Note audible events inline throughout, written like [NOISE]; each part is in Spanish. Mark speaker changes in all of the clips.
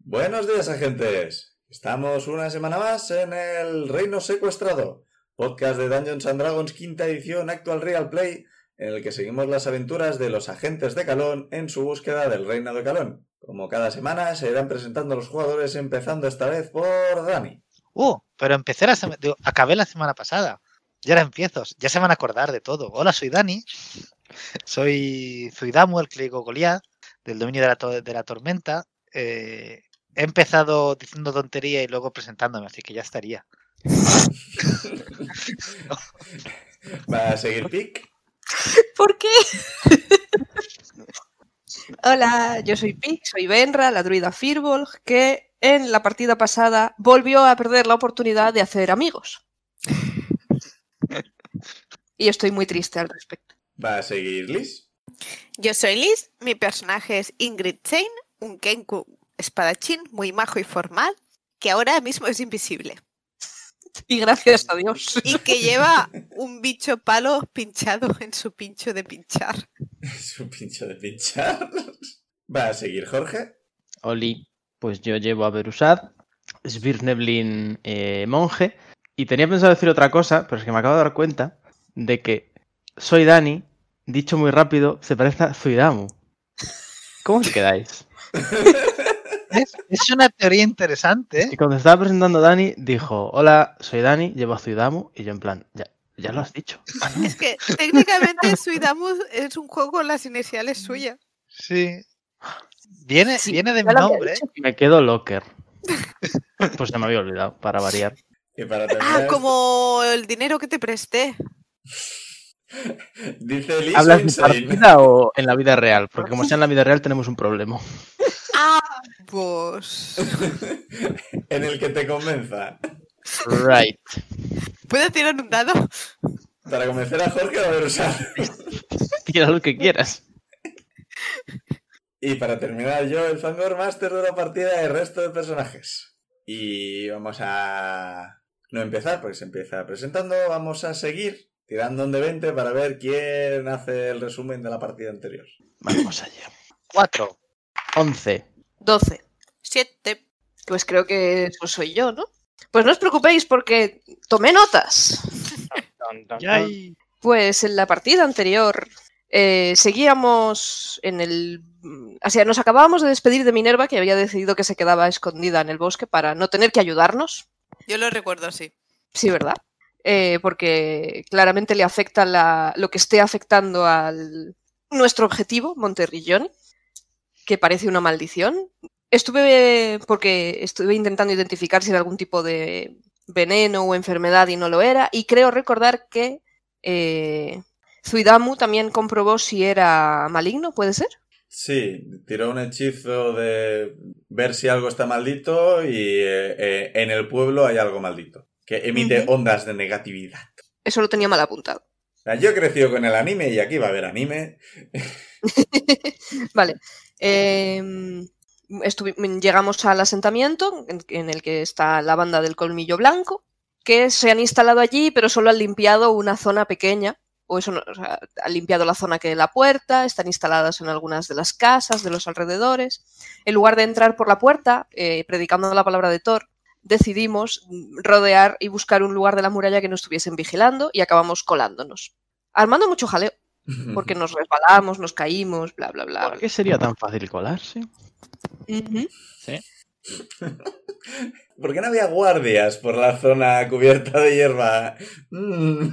Speaker 1: Buenos días, agentes. Estamos una semana más en el Reino Secuestrado, podcast de Dungeons and Dragons quinta edición Actual Real Play, en el que seguimos las aventuras de los agentes de Calón en su búsqueda del Reino de Calón. Como cada semana, se irán presentando los jugadores, empezando esta vez por Dani.
Speaker 2: Uh, pero empecé la sema- digo, acabé la semana pasada. Ya ahora empiezo. Ya se van a acordar de todo. Hola, soy Dani. [LAUGHS] Soy Zuidamu, el clérigo Goliath, del dominio de la, to- de la tormenta. Eh, he empezado diciendo tontería y luego presentándome, así que ya estaría.
Speaker 1: Va a seguir Pic.
Speaker 3: ¿Por qué? [LAUGHS] Hola, yo soy Pix, soy Benra, la druida Firbolg, que en la partida pasada volvió a perder la oportunidad de hacer amigos. Y estoy muy triste al respecto.
Speaker 1: Va a seguir Liz. [LAUGHS]
Speaker 4: Yo soy Liz, mi personaje es Ingrid Chain, un Kenku espadachín muy majo y formal, que ahora mismo es invisible
Speaker 3: Y gracias a Dios.
Speaker 4: y que lleva un bicho palo pinchado en su pincho de pinchar.
Speaker 1: Es un pincho de pinchar. Va a seguir Jorge.
Speaker 5: Oli, pues yo llevo a Berusad, Svirneblin eh, monje, y tenía pensado decir otra cosa, pero es que me acabo de dar cuenta de que soy Dani, dicho muy rápido, se parece a Zuidamu. ¿Cómo os quedáis?
Speaker 2: ¿Ves? Es una teoría interesante.
Speaker 5: Y
Speaker 2: ¿eh?
Speaker 5: cuando estaba presentando a Dani, dijo, hola, soy Dani, llevo a Zuidamu, y yo en plan, ya, ya lo has dicho. Ah, no.
Speaker 4: Es que técnicamente Suidamus es un juego con las iniciales suyas.
Speaker 2: Sí. Viene,
Speaker 3: Sí,
Speaker 2: viene de
Speaker 3: ya
Speaker 2: mi
Speaker 3: lo había
Speaker 2: nombre.
Speaker 3: dicho.
Speaker 5: Y me quedo locker. Pues ya me había olvidado, para variar.
Speaker 1: Y para
Speaker 4: Ah,
Speaker 1: terminar,
Speaker 4: como el dinero que te presté.
Speaker 1: dice Liz
Speaker 5: ¿Hablas
Speaker 1: o
Speaker 5: de
Speaker 1: insane.
Speaker 5: partida o en la vida real? Porque como sea en la vida real tenemos un problema.
Speaker 4: Ah, pues...
Speaker 1: [LAUGHS] en el que te convenza.
Speaker 5: Right.
Speaker 4: ¿Puedo tirar un dado?
Speaker 1: Para convencer a Jorge o a Berusal.
Speaker 5: [LAUGHS] Tira lo que quieras.
Speaker 1: Y para terminar yo, el Fangor Master de la partida y el resto de personajes. Y vamos a... No empezar, porque se empieza presentando. Vamos a seguir tirando un de 20 para ver quién hace el resumen de la partida anterior.
Speaker 5: Vamos allá.
Speaker 2: Cuatro.
Speaker 5: 11.
Speaker 3: 12.
Speaker 4: Siete.
Speaker 3: Pues creo que eso soy yo, ¿no? Pues no os preocupéis porque tomé notas.
Speaker 2: Yay.
Speaker 3: Pues en la partida anterior eh, seguíamos en el... O sea, nos acabábamos de despedir de Minerva, que había decidido que se quedaba escondida en el bosque para no tener que ayudarnos.
Speaker 4: Yo lo recuerdo así.
Speaker 3: Sí, ¿verdad? Eh, porque claramente le afecta la- lo que esté afectando al nuestro objetivo, Monterrillón, que parece una maldición. Estuve porque estuve intentando identificar si era algún tipo de veneno o enfermedad y no lo era, y creo recordar que eh, Zuidamu también comprobó si era maligno, ¿puede ser?
Speaker 1: Sí, tiró un hechizo de ver si algo está maldito y eh, eh, en el pueblo hay algo maldito, que emite
Speaker 3: Ujú.
Speaker 1: ondas de negatividad.
Speaker 3: Eso lo tenía mal apuntado.
Speaker 1: O sea, yo he crecido con el anime y aquí va a haber anime.
Speaker 3: [LAUGHS] vale. Em, estuvi- llegamos al asentamiento en, en el que está la banda del colmillo blanco, que se han instalado allí, pero solo han limpiado una zona pequeña. O eso no- o sea, han limpiado la zona que de la puerta, están instaladas en algunas de las casas de los alrededores. En lugar de entrar por la puerta, eh, predicando la palabra de Thor, decidimos mm, rodear y buscar un lugar de la muralla que no estuviesen vigilando y acabamos colándonos. Armando mucho jaleo,
Speaker 1: [LAUGHS]
Speaker 3: porque nos resbalamos, nos caímos, bla, bla, bla.
Speaker 5: ¿Por qué sería tan fácil colarse?
Speaker 3: Ujú.
Speaker 1: ¿Por qué no había guardias por la zona cubierta de
Speaker 2: [LAUGHS]
Speaker 1: hierba? Mm.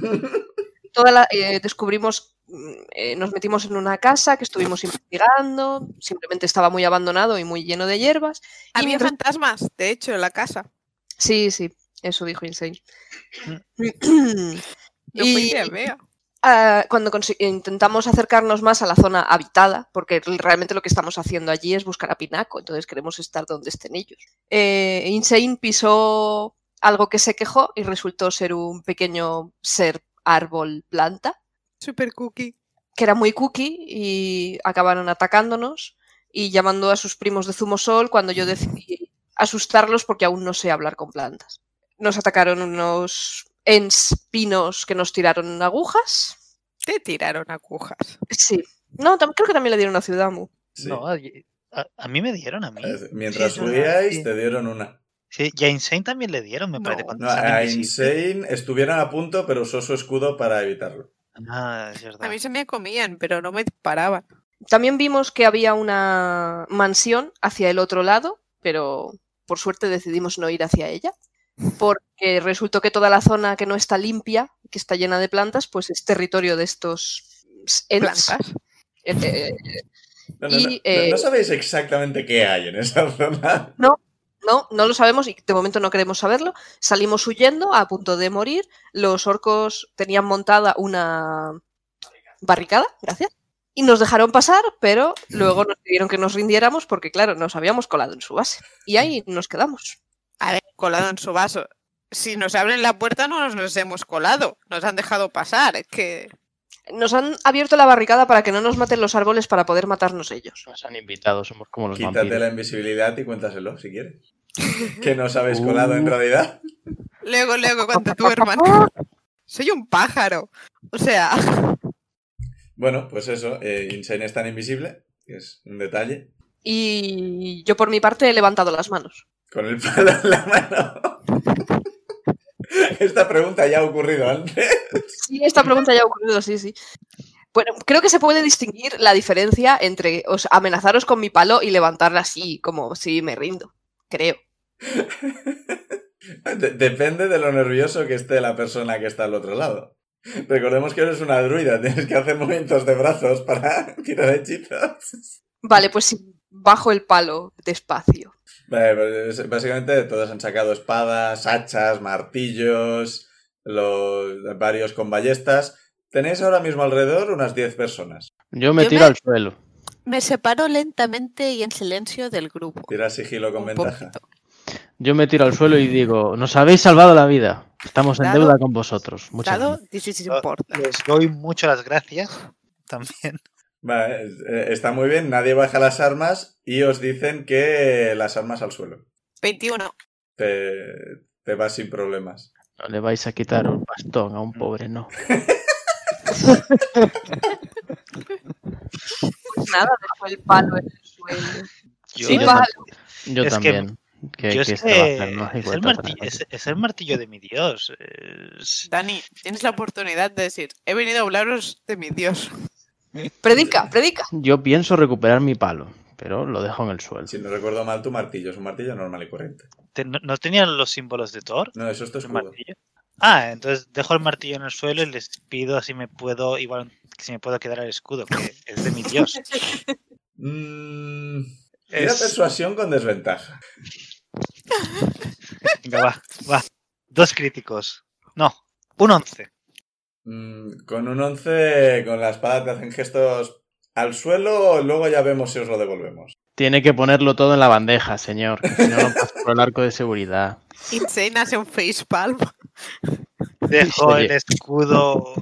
Speaker 3: Toda la- eh, descubrimos, mm, eh, nos metimos en una casa que estuvimos investigando, simplemente estaba muy abandonado y muy lleno de hierbas. Y
Speaker 4: Había
Speaker 3: mientras-
Speaker 4: fantasmas, de hecho, en la casa.
Speaker 3: Sí, sí, eso dijo Insane.
Speaker 4: No
Speaker 3: [CLEARS THROAT] Y-
Speaker 4: fue idea mía.
Speaker 3: ah, cuando consi- intentamos acercarnos más a la zona habitada, porque realmente lo que estamos haciendo allí es buscar a Pinaco, entonces queremos estar donde estén ellos. Eh, Insane pisó algo que se quejó y resultó ser un pequeño ser árbol planta
Speaker 4: Super cookie.
Speaker 3: que era muy cookie y acabaron atacándonos y llamando a sus primos de Zumo Sol cuando yo decidí asustarlos porque aún no sé hablar con plantas. Nos atacaron unos ens pinos que nos tiraron agujas.
Speaker 4: Te tiraron agujas.
Speaker 3: Sí. No, tam- creo que también le dieron a Ciudadmu.
Speaker 1: Sí. Ah,
Speaker 2: No, a, a- a mí me dieron a mí.
Speaker 1: Es- Mientras
Speaker 2: Sí, es una-
Speaker 1: subíais,
Speaker 2: sí.
Speaker 1: te dieron una.
Speaker 2: Sí, y a Insane también le dieron, me
Speaker 4: No,
Speaker 2: parece. cuando
Speaker 1: No,
Speaker 2: se han
Speaker 1: a
Speaker 2: invisible.
Speaker 1: Insane estuvieron a punto, pero usó su escudo para evitarlo.
Speaker 2: Ah, es verdad.
Speaker 4: A mí se me comían, pero no me disparaban.
Speaker 3: También vimos que había una mansión hacia el otro lado, pero por suerte decidimos no ir hacia ella, porque resultó que toda la zona que no está limpia, que está llena de plantas, pues es territorio de estos ents.
Speaker 4: Plantas.
Speaker 3: Eh, eh,
Speaker 1: No, no,
Speaker 3: Y,
Speaker 1: no, no-
Speaker 3: eh,
Speaker 1: no sabéis exactamente qué hay en esa zona.
Speaker 3: No, no lo sabemos y de momento no queremos saberlo. Salimos huyendo a punto de morir. Los orcos tenían montada una barricada, gracias. Y nos dejaron pasar, pero luego nos pidieron que nos rindiéramos porque, claro, nos habíamos colado en su base. Y ahí nos quedamos.
Speaker 4: A ver, colado en su vaso. Si nos abren la puerta no nos, nos hemos colado. Nos han dejado pasar. Es que...
Speaker 3: Nos han abierto la barricada para que no nos maten los árboles para poder matarnos ellos.
Speaker 5: Nos han invitado, somos como los
Speaker 1: Quítate
Speaker 5: vampiros.
Speaker 1: la invisibilidad y cuéntaselo si
Speaker 2: [LAUGHS]
Speaker 1: quieres. que no sabéis colado
Speaker 5: Uh.
Speaker 1: en realidad.
Speaker 4: Luego, luego, cuando tu hermano... Soy un pájaro. O sea, [LAUGHS]
Speaker 1: Bueno, pues eso, eh, Insane es tan invisible, que es un detalle,
Speaker 3: Y yo, por mi parte, he levantado las manos.
Speaker 1: con el palo en la mano. [LAUGHS] Esta pregunta ya ha ocurrido antes.
Speaker 3: Sí, esta pregunta ya ha ocurrido, sí, sí. Bueno, creo que se puede distinguir la diferencia entre os amenazaros con mi palo y levantarla así, como si me rindo. Creo.
Speaker 1: De- depende de lo nervioso que esté la persona que está al otro lado. Recordemos que eres una druida, tienes que hacer movimientos de brazos para [LAUGHS] tirar hechizos.
Speaker 3: Vale, pues sí, bajo el palo despacio.
Speaker 1: Vale, pues, básicamente todos han sacado espadas, hachas, martillos, los varios con ballestas. Tenéis ahora mismo alrededor unas 10 personas.
Speaker 5: Yo me
Speaker 4: Yo
Speaker 5: tiro
Speaker 4: me-
Speaker 5: al suelo.
Speaker 4: me separo lentamente y en silencio del grupo.
Speaker 1: Tira sigilo con
Speaker 4: Un
Speaker 1: ventaja.
Speaker 4: poquito.
Speaker 5: Yo me tiro al suelo y digo, nos habéis salvado la vida. Estamos en
Speaker 4: Dado-
Speaker 5: deuda con vosotros. Muchas
Speaker 4: Dado,
Speaker 5: gracias.
Speaker 4: this is
Speaker 2: Ah,
Speaker 4: important.
Speaker 2: Les doy mucho las gracias también.
Speaker 1: Vale, eh, está muy bien, nadie baja las armas y os dicen que las armas al suelo.
Speaker 4: 21.
Speaker 1: Te, te vas sin problemas.
Speaker 5: No le vais a quitar un bastón a un pobre, no.
Speaker 3: Pues nada, dejo el palo en el suelo.
Speaker 2: Yo-
Speaker 3: Sí,
Speaker 5: yo,
Speaker 3: palo.
Speaker 5: yo
Speaker 2: Es que-
Speaker 5: también. ¿Qué-
Speaker 2: Yo
Speaker 5: qué
Speaker 2: es,
Speaker 5: se va a hacer,
Speaker 2: que
Speaker 5: no? Hay
Speaker 2: es el
Speaker 5: vuelta para
Speaker 2: martillo,
Speaker 5: atrás.
Speaker 2: es, es el martillo de mi dios. es-
Speaker 4: Dani, tienes la oportunidad de decir, he venido a hablaros de mi Dios. [LAUGHS]
Speaker 3: Predica, predica.
Speaker 5: Yo pienso recuperar mi palo, pero lo dejo en el suelo.
Speaker 1: Si no recuerdo mal, tu martillo es un martillo normal y corriente.
Speaker 2: te- no, no tenían los símbolos de Thor?
Speaker 1: No, eso es tu
Speaker 2: el
Speaker 1: escudo.
Speaker 2: martillo? Ah, entonces dejo el martillo en el suelo y les pido si me puedo, igual, si me puedo quedar el escudo, que es de mi dios.
Speaker 1: Mm, tira
Speaker 2: Es,
Speaker 1: persuasión con desventaja.
Speaker 2: venga, va, va. Dos críticos. No, un once.
Speaker 1: Mm, con un 11, con la espada te hacen gestos al suelo, luego ya vemos si os lo devolvemos. [LAUGHS]
Speaker 5: Tiene que ponerlo todo en la bandeja, señor. Que si no, no pasa por el arco de seguridad.
Speaker 4: Insane hace un facepalm.
Speaker 2: Dejo
Speaker 5: Oye.
Speaker 2: el escudo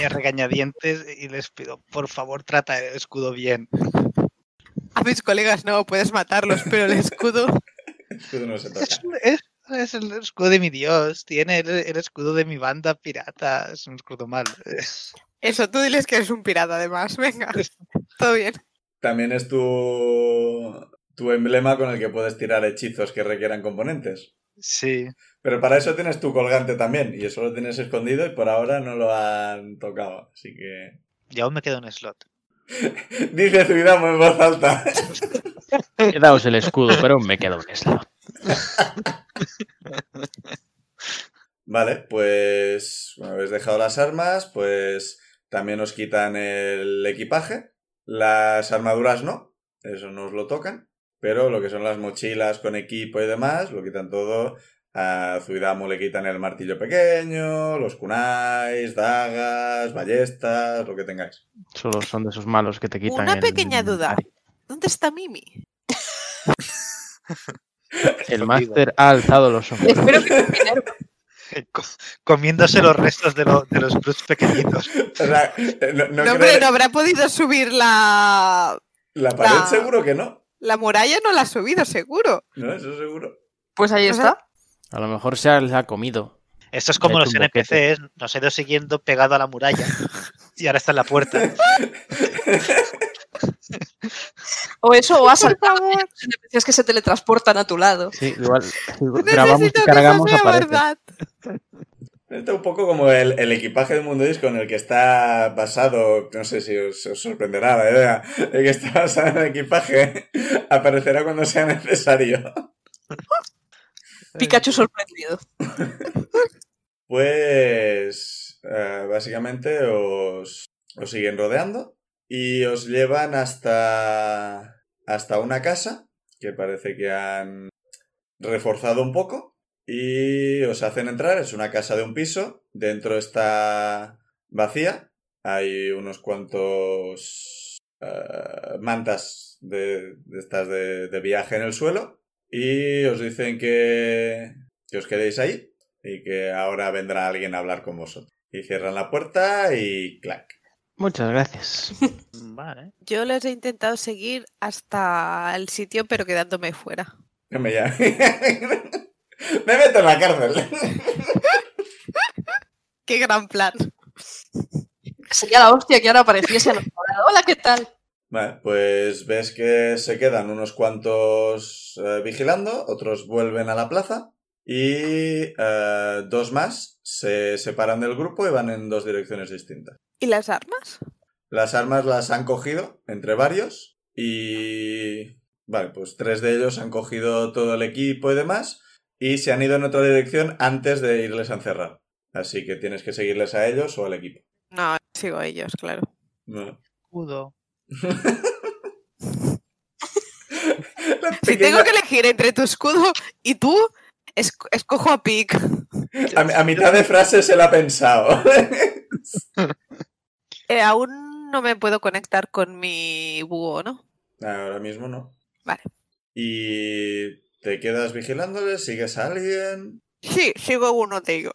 Speaker 2: y a regañadientes y les pido, por favor, trata el escudo bien.
Speaker 4: A mis colegas no, puedes matarlos, pero el escudo...
Speaker 1: Escudo no se
Speaker 2: Es,
Speaker 1: toca.
Speaker 2: es- es el escudo de mi dios, tiene el, el escudo de mi banda pirata, es un escudo mal.
Speaker 4: Eso, tú diles que eres un pirata además, [LAUGHS] venga. Todo bien.
Speaker 1: También es tu, tu emblema con el que puedes tirar hechizos que requieran componentes.
Speaker 2: [LAUGHS] Sí,
Speaker 1: Pero para eso tienes tu colgante también, y eso lo tienes escondido y por ahora no lo han tocado. Así que. [LAUGHS]
Speaker 2: y aún me queda un slot.
Speaker 1: Dice Zuidamo en voz alta. [LAUGHS]
Speaker 5: Quedaos el escudo, pero me quedo un slot.
Speaker 1: Vale, pues. Bueno, habéis dejado las armas, pues. También os quitan el equipaje. Las armaduras no, eso no os lo tocan. Pero lo que son las mochilas con equipo y demás, lo quitan todo. A Zuidamu le quitan el martillo pequeño, los kunais, dagas, ballestas, lo que tengáis. [LAUGHS]
Speaker 5: Solo son de esos malos que te quitan.
Speaker 4: Una
Speaker 5: el
Speaker 4: pequeña duda.
Speaker 5: inventario.
Speaker 4: ¿Dónde está Mimi?
Speaker 5: El máster ha alzado los ojos.
Speaker 3: Espero que con Minerva.
Speaker 2: eh, Co- comiéndose los restos de, lo- de los Brutes pequeñitos.
Speaker 1: O sea, eh, no, no
Speaker 4: No, hombre,
Speaker 1: creo-
Speaker 4: no habrá podido subir la...
Speaker 1: La pared
Speaker 4: la-
Speaker 1: seguro que no.
Speaker 4: La muralla no la ha subido, seguro.
Speaker 1: No, eso seguro.
Speaker 3: Pues ahí
Speaker 4: O sea,
Speaker 3: está.
Speaker 5: A lo mejor se ha- la ha comido.
Speaker 2: Esto es como
Speaker 5: Le he
Speaker 2: los
Speaker 5: hecho un boquete.
Speaker 2: NPCs, nos he ido siguiendo pegado a la muralla y ahora está en la puerta.
Speaker 3: O eso, o has
Speaker 4: Por
Speaker 3: saltado.
Speaker 4: favor.
Speaker 3: Es que se teletransportan a tu lado.
Speaker 5: Sí, igual. si grabamos
Speaker 4: Necesito
Speaker 5: y
Speaker 4: que
Speaker 5: cargamos,
Speaker 4: eso sea
Speaker 5: aparece.
Speaker 4: verdad.
Speaker 1: Está un poco como el, el equipaje de Mundo Disco en el que está basado, no sé si os, os sorprenderá la idea, el que está basado en el equipaje [LAUGHS] aparecerá cuando sea necesario.
Speaker 3: Pikachu sorprendido.
Speaker 1: Pues eh, básicamente os, os siguen rodeando y os llevan hasta, hasta una casa que parece que han reforzado un poco y os hacen entrar. Es una casa de un piso, dentro está vacía, hay unos cuantos eh, mantas de, de estas de, de viaje en el suelo y os dicen que, que os quedéis ahí y que ahora vendrá alguien a hablar con vosotros. Y cierran la puerta y clac.
Speaker 5: Muchas gracias.
Speaker 2: [LAUGHS] Vale.
Speaker 4: Yo les he intentado seguir hasta el sitio, pero quedándome fuera.
Speaker 1: No me llame. [LAUGHS] me meto en la cárcel. [LAUGHS]
Speaker 4: ¡Qué gran plan!
Speaker 3: Sería la hostia que ahora apareciese a nuestra hora. Hola, ¿qué tal?
Speaker 1: Vale, pues ves que se quedan unos cuantos eh, vigilando, otros vuelven a la plaza y eh, dos más se separan del grupo y van en dos direcciones distintas.
Speaker 4: ¿Y las armas?
Speaker 1: Las armas las han cogido entre varios y... Vale, pues tres de ellos han cogido todo el equipo y demás y se han ido en otra dirección antes de irles a encerrar. Así que tienes que seguirles a ellos o al equipo.
Speaker 4: No, sigo a ellos, claro.
Speaker 1: No.
Speaker 2: Escudo.
Speaker 1: La
Speaker 4: Si
Speaker 1: pequeña-
Speaker 4: tengo que elegir entre tu escudo y tú, esc- escojo a Pic.
Speaker 1: a, mi- a mitad de frase se la ha pensado. [LAUGHS]
Speaker 4: Eh, aún no me puedo conectar con mi búho, ¿no?
Speaker 1: Ahora mismo no.
Speaker 4: Vale.
Speaker 1: Y te quedas vigilándoles, sigues a alguien.
Speaker 4: Sí, sigo a uno de ellos.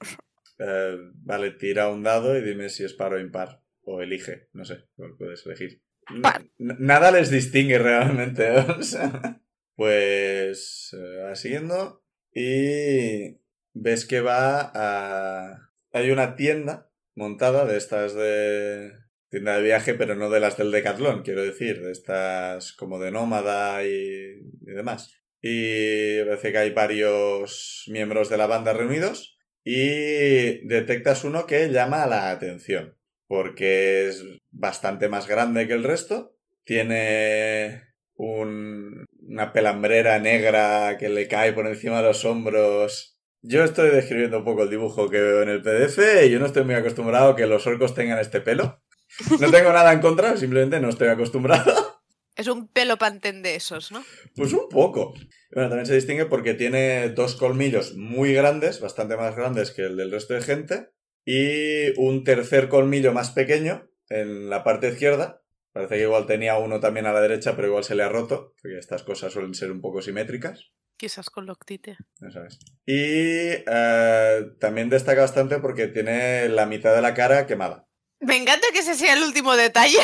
Speaker 1: Eh, vale, tira un dado y dime si es par o impar. O elige, no sé, lo puedes elegir. N-
Speaker 4: Par.
Speaker 1: n- Nada les distingue realmente. [LAUGHS] o sea. pues eh, va siguiendo y ves que va a... Hay una tienda montada de estas de... Tienda de viaje, pero no de las del Decathlon, quiero decir, de estas como de nómada y, y demás. Y parece que hay varios miembros de la banda reunidos y detectas uno que llama la atención, porque es bastante más grande que el resto, tiene un- una pelambrera negra que le cae por encima de los hombros. Yo estoy describiendo un poco el dibujo que veo en el PDF y yo no estoy muy acostumbrado a que los orcos tengan este pelo. No tengo nada en contra, simplemente no estoy acostumbrado.
Speaker 4: Es un pelo pantén de esos, ¿no?
Speaker 1: Pues un poco. Bueno, también se distingue porque tiene dos colmillos muy grandes, bastante más grandes que el del resto de gente, y un tercer colmillo más pequeño en la parte izquierda. Parece que igual tenía uno también a la derecha, pero igual se le ha roto, porque estas cosas suelen ser un poco simétricas.
Speaker 4: Quizás con Loctite.
Speaker 1: Ya sabes. Y eh, también destaca bastante porque tiene la mitad de la cara quemada.
Speaker 4: Me encanta que ese sea el último detalle.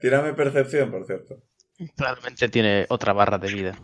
Speaker 1: Tírame percepción, por cierto.
Speaker 5: Realmente tiene otra barra de vida.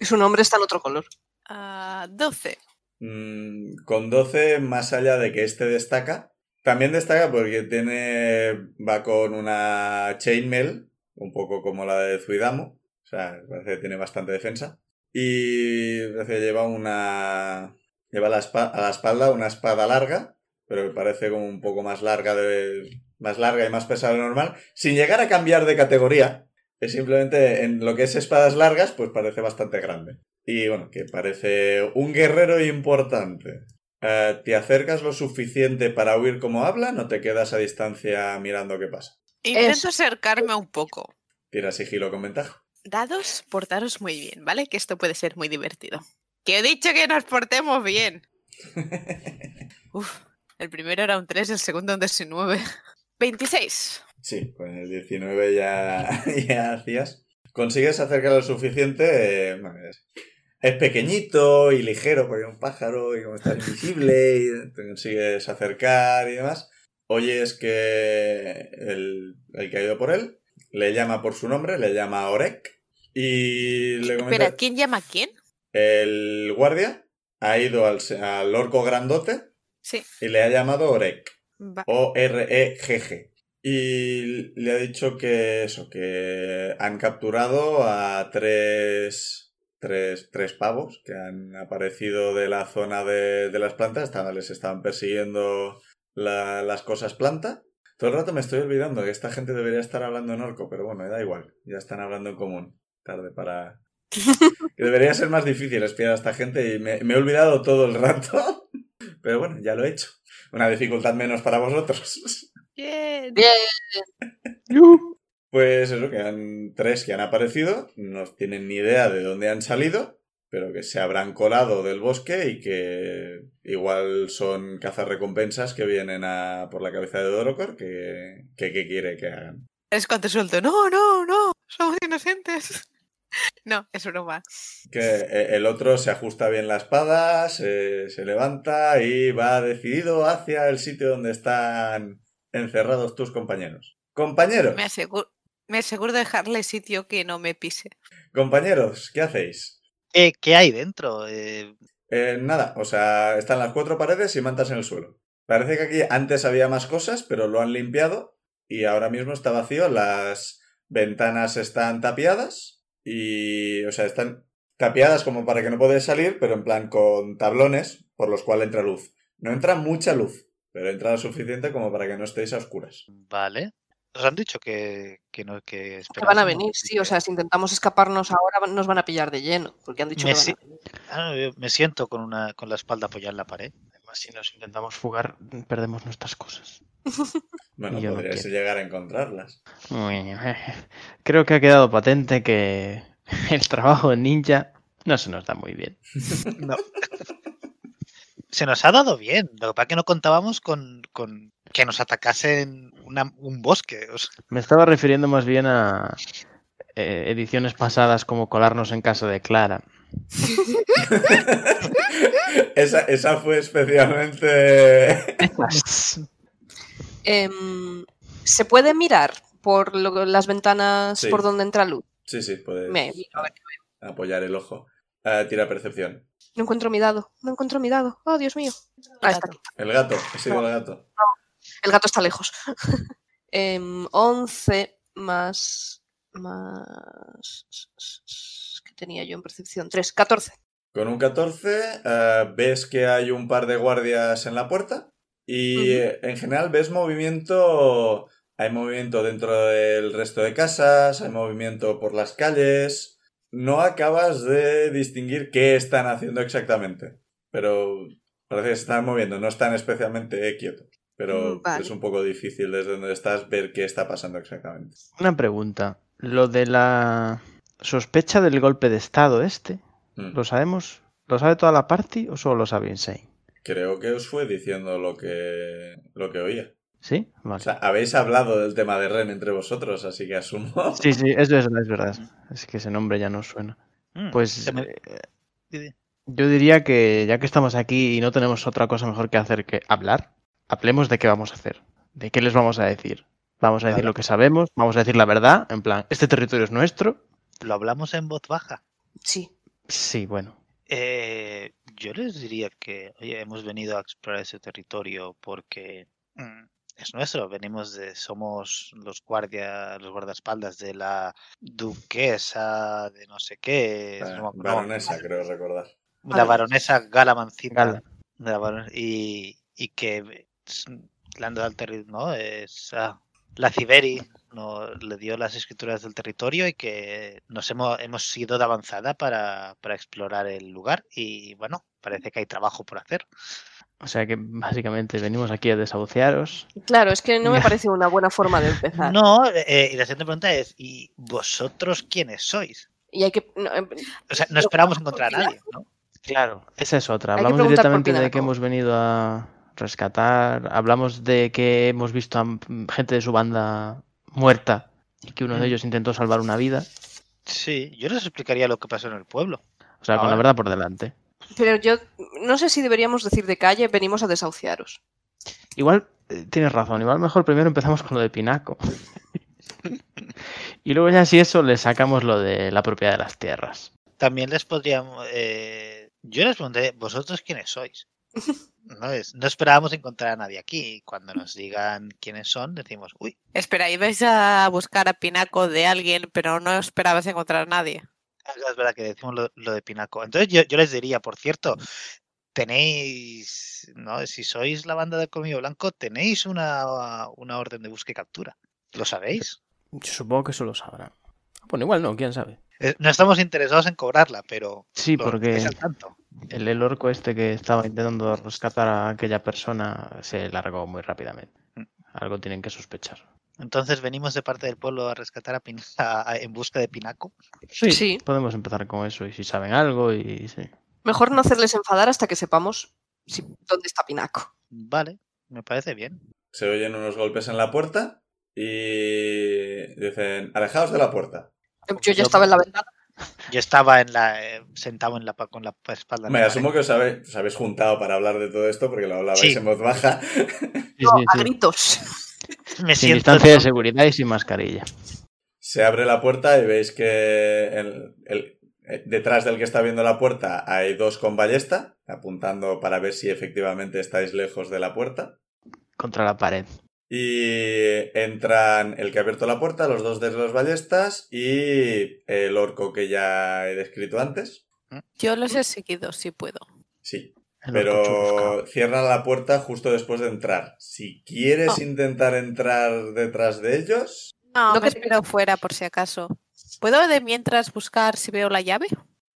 Speaker 3: Y su nombre está en otro color.
Speaker 4: Ah, 12.
Speaker 1: Mm, con 12, más allá de que este destaca, también destaca porque tiene. va con una chainmail, un poco como la de Zuidamu. O sea, parece que tiene bastante defensa. Y parece que lleva una. lleva la espa- a la espalda una espada larga, pero que parece como un poco más larga de. más larga y más pesada de lo normal, sin llegar a cambiar de categoría. Es simplemente en lo que es espadas largas, pues parece bastante grande. Y bueno, que parece un guerrero importante. Eh, ¿Te acercas lo suficiente para oír cómo hablan o te quedas a distancia mirando qué pasa?
Speaker 4: Intento acercarme un poco.
Speaker 1: Tira sigilo con ventaja. [LAUGHS]
Speaker 4: Dados, portaros muy bien, ¿vale? Que esto puede ser muy divertido. Que he dicho que nos portemos bien. Uf, el primero era un 3, el segundo un 19. 26.
Speaker 1: Sí, con el 19 ya, [LAUGHS] ya hacías. Consigues acercar lo suficiente. eh, bueno, es, es pequeñito y ligero porque es un pájaro y como está invisible y te consigues acercar y demás. Oyes que el, el que ha ido por él le llama por su nombre, le llama Orek y le comenta...
Speaker 4: Espera, ¿quién llama a quién?
Speaker 1: El guardia ha ido al, se- al orco grandote
Speaker 4: Sí.
Speaker 1: y le ha llamado Orek.
Speaker 4: va.
Speaker 1: Oh. O-R-E-G-G. E Y le ha dicho que eso, que han capturado a tres, tres, tres pavos que han aparecido de la zona de, de las plantas. Estaban, les estaban persiguiendo la- las cosas planta. Todo el rato me estoy olvidando que esta gente debería estar hablando en orco, pero bueno, da igual. Ya están hablando en común. Tarde para... que debería ser más difícil espiar a esta gente y me- me he olvidado todo el rato. [LAUGHS] Pero bueno, ya lo he hecho. Una dificultad menos para vosotros. [LAUGHS]
Speaker 4: Bien.
Speaker 3: Bien.
Speaker 1: Pues eso, que han tres que han aparecido, no tienen ni idea de dónde han salido, pero que se habrán colado del bosque y que igual son cazarrecompensas que vienen a por la cabeza de Dorocor, que, que, que quiere que hagan.
Speaker 4: Es cuando suelto. No, no, no. Somos inocentes. [LAUGHS] No, es broma.
Speaker 1: Que eh, el otro se ajusta bien la espada, se, se levanta y va decidido hacia el sitio donde están encerrados tus compañeros. Compañeros,
Speaker 4: Me aseguro, me aseguro de dejarle sitio que no me pise.
Speaker 1: compañeros, ¿qué hacéis?
Speaker 2: ¿Qué, qué hay dentro? Eh,
Speaker 1: Eh, nada, o sea, están las cuatro paredes y mantas en el suelo. Parece que aquí antes había más cosas, pero lo han limpiado y ahora mismo está vacío. Las ventanas están tapiadas y, o sea, están tapiadas como para que no podáis salir, pero en plan con tablones por los cuales entra luz. No entra mucha luz, pero entra lo suficiente como para que no estéis a oscuras.
Speaker 2: vale. Nos han dicho que, que no que
Speaker 3: Que van a
Speaker 2: esperásemos,
Speaker 3: venir,
Speaker 2: así
Speaker 3: sí. O
Speaker 2: que-
Speaker 3: sea, si intentamos escaparnos ahora, van- nos van a pillar de lleno. Porque han dicho
Speaker 2: Me
Speaker 3: que van
Speaker 2: si-
Speaker 3: a venir.
Speaker 2: Ah, yo me siento con una con la espalda apoyada en la pared.
Speaker 5: Además, si nos intentamos fugar, perdemos nuestras cosas.
Speaker 1: Bueno,
Speaker 5: Yo no
Speaker 1: podríais
Speaker 5: quiero.
Speaker 1: llegar a encontrarlas.
Speaker 5: [LAUGHS]
Speaker 1: [LAUGHS]
Speaker 5: Creo que ha quedado patente que [LAUGHS] el trabajo ninja no se nos da muy bien.
Speaker 2: Se nos ha dado bien. Lo que pasa es que no contábamos con, con que nos atacasen una- un bosque. o sea,
Speaker 5: Me estaba refiriendo más bien a eh, ediciones pasadas como colarnos en casa de Clara.
Speaker 1: esa, esa fue especialmente... [LAUGHS]
Speaker 5: Pues,
Speaker 3: Em, ¿Se puede mirar por lo- las ventanas
Speaker 1: Sí.
Speaker 3: por donde entra luz?
Speaker 1: sí, sí, podéis
Speaker 3: Me miro, a ver.
Speaker 1: apoyar el ojo. Ah, tira percepción.
Speaker 3: No encuentro mi dado. No encuentro mi dado. Oh, Dios mío. Ah, está aquí.
Speaker 1: El gato, he sido el gato.
Speaker 3: El gato está lejos. [LAUGHS] Em, 11 más. Más. ¿Qué tenía yo en percepción? 3, 14.
Speaker 1: Con un 14 eh, ves que hay un par de guardias en la puerta y
Speaker 3: Ujú.
Speaker 1: eh, en general ves movimiento, hay movimiento dentro del resto de casas, hay movimiento por las calles. No acabas de distinguir qué están haciendo exactamente, pero parece que se están moviendo, no están especialmente quietos, pero
Speaker 3: Mm, vale.
Speaker 1: es un poco difícil desde donde estás ver qué está pasando exactamente.
Speaker 5: Una pregunta. Lo de la sospecha del golpe de estado este,
Speaker 1: Mm.
Speaker 5: ¿lo sabemos? ¿Lo sabe toda la party o solo lo sabe Insane?
Speaker 1: Mm, Creo que os fue diciendo lo que, lo que oía.
Speaker 5: ¿Sí?
Speaker 1: O
Speaker 5: Vale.
Speaker 1: sea, habéis hablado del tema de Ren entre vosotros, así que asumo.
Speaker 5: Sí, sí, es verdad, es verdad. Es que ese nombre ya no suena.
Speaker 2: mm,
Speaker 5: Pues
Speaker 2: se me-
Speaker 5: eh,
Speaker 2: di, di.
Speaker 5: yo diría que ya que estamos aquí y no tenemos otra cosa mejor que hacer que hablar, hablemos de qué vamos a hacer, de qué les vamos a decir. Vamos a decir
Speaker 2: Claro.
Speaker 5: lo que sabemos, vamos a decir la verdad, en plan, este territorio es nuestro.
Speaker 2: lo hablamos en voz baja.
Speaker 3: Sí.
Speaker 5: Sí, bueno.
Speaker 2: Eh, yo les diría que, oye, hemos venido a explorar ese territorio porque mm, es nuestro, venimos de, somos los guardia, los guardaespaldas de la duquesa de no sé qué,
Speaker 1: [LAUGHS] Ah,
Speaker 2: no me acuerdo,
Speaker 1: Baronesa, creo recordar.
Speaker 2: la
Speaker 3: Vale.
Speaker 2: baronesa Galamancita,
Speaker 5: Gala.
Speaker 2: de la barone- y, y que es- le han dado al terri- ¿no? Es, ah, la Ciberi no, le dio las escrituras del territorio y que nos hemos, hemos ido de avanzada para, para explorar el lugar y bueno, parece que hay trabajo por hacer.
Speaker 5: O sea que básicamente venimos aquí a desahuciaros.
Speaker 3: Claro, es que no me parece una buena forma de empezar.
Speaker 2: No, eh, y la siguiente pregunta es, ¿y vosotros quiénes sois?
Speaker 3: Y hay que. no, em,
Speaker 2: O sea, no
Speaker 3: Lo-
Speaker 2: esperábamos encontrar a nadie, ¿no?
Speaker 5: Claro, esa es otra.
Speaker 3: Hay que
Speaker 5: Hablamos
Speaker 3: preguntar por
Speaker 5: directamente de que
Speaker 3: Pináculo.
Speaker 5: hemos venido a rescatar, hablamos de que hemos visto a mm, gente de su banda muerta y que uno
Speaker 2: Mm.
Speaker 5: de ellos intentó salvar una vida.
Speaker 2: Sí, yo les explicaría lo que pasó en el pueblo.
Speaker 5: O sea, con la
Speaker 2: Ahora.
Speaker 5: verdad por delante.
Speaker 3: Pero yo no sé si deberíamos decir de calle, venimos a desahuciaros.
Speaker 5: Igual eh, tienes razón, igual mejor primero empezamos con lo de Pinaco. y luego ya si eso le sacamos lo de la propiedad de las tierras.
Speaker 2: También les podríamos. eh, yo les pregunté, ¿vosotros quiénes sois? No, es, no esperábamos encontrar a nadie aquí. y Cuando nos digan quiénes son, decimos, uy,
Speaker 4: Espera, ibais a buscar a Pinaco de alguien, pero no esperabas encontrar a nadie.
Speaker 2: Ah, Es verdad que decimos lo, lo de Pinaco. Entonces yo, yo les diría, por cierto, tenéis, ¿no? Si sois la banda del Colmillo Blanco, tenéis una, una orden de búsqueda y captura. ¿Lo sabéis?
Speaker 5: Yo supongo que eso lo sabrán. Bueno, igual no, quién sabe.
Speaker 2: Eh, No estamos interesados en cobrarla, pero
Speaker 5: Sí,
Speaker 2: lo estáis
Speaker 5: porque
Speaker 2: al tanto.
Speaker 5: el, el orco este que estaba intentando rescatar a aquella persona se largó muy rápidamente. Algo tienen que sospechar.
Speaker 2: Entonces venimos de parte del pueblo a rescatar a, Pin- a- a- en busca de Pinaco.
Speaker 5: Sí,
Speaker 3: Sí.
Speaker 5: podemos empezar con eso y si saben algo y sí.
Speaker 3: Mejor no hacerles enfadar hasta que sepamos si- dónde está Pinaco.
Speaker 2: Vale, me parece bien.
Speaker 1: Se oyen unos golpes en la puerta y dicen, alejaos de la puerta.
Speaker 3: Yo ya estaba en la ventana.
Speaker 2: Yo estaba en la, eh, sentado en la, pa- con la espalda. en
Speaker 1: Me
Speaker 2: la
Speaker 1: asumo que os habe- os habéis, juntado para hablar de todo esto porque lo hablabais
Speaker 2: Sí.
Speaker 1: en voz baja.
Speaker 5: Sí,
Speaker 3: no,
Speaker 5: sí,
Speaker 3: a
Speaker 5: sí.
Speaker 3: gritos.
Speaker 2: pared. Me
Speaker 5: Sin
Speaker 2: siento
Speaker 5: distancia de seguridad y sin mascarilla.
Speaker 1: Se abre la puerta y veis que el- el- eh, detrás del que está viendo la puerta hay dos con ballesta apuntando para ver si efectivamente estáis lejos de la puerta.
Speaker 5: Contra la pared.
Speaker 1: Y entran el que ha abierto la puerta, los dos de los ballestas y el orco que ya he descrito antes.
Speaker 4: Yo los he seguido, si puedo.
Speaker 1: Sí,
Speaker 5: El orco churrusca.
Speaker 1: pero cierran la puerta justo después de entrar. Si quieres intentar entrar detrás de ellos,
Speaker 4: No,
Speaker 3: No
Speaker 4: me
Speaker 3: que-
Speaker 4: espero fuera por si acaso. ¿Puedo de mientras buscar si veo la llave?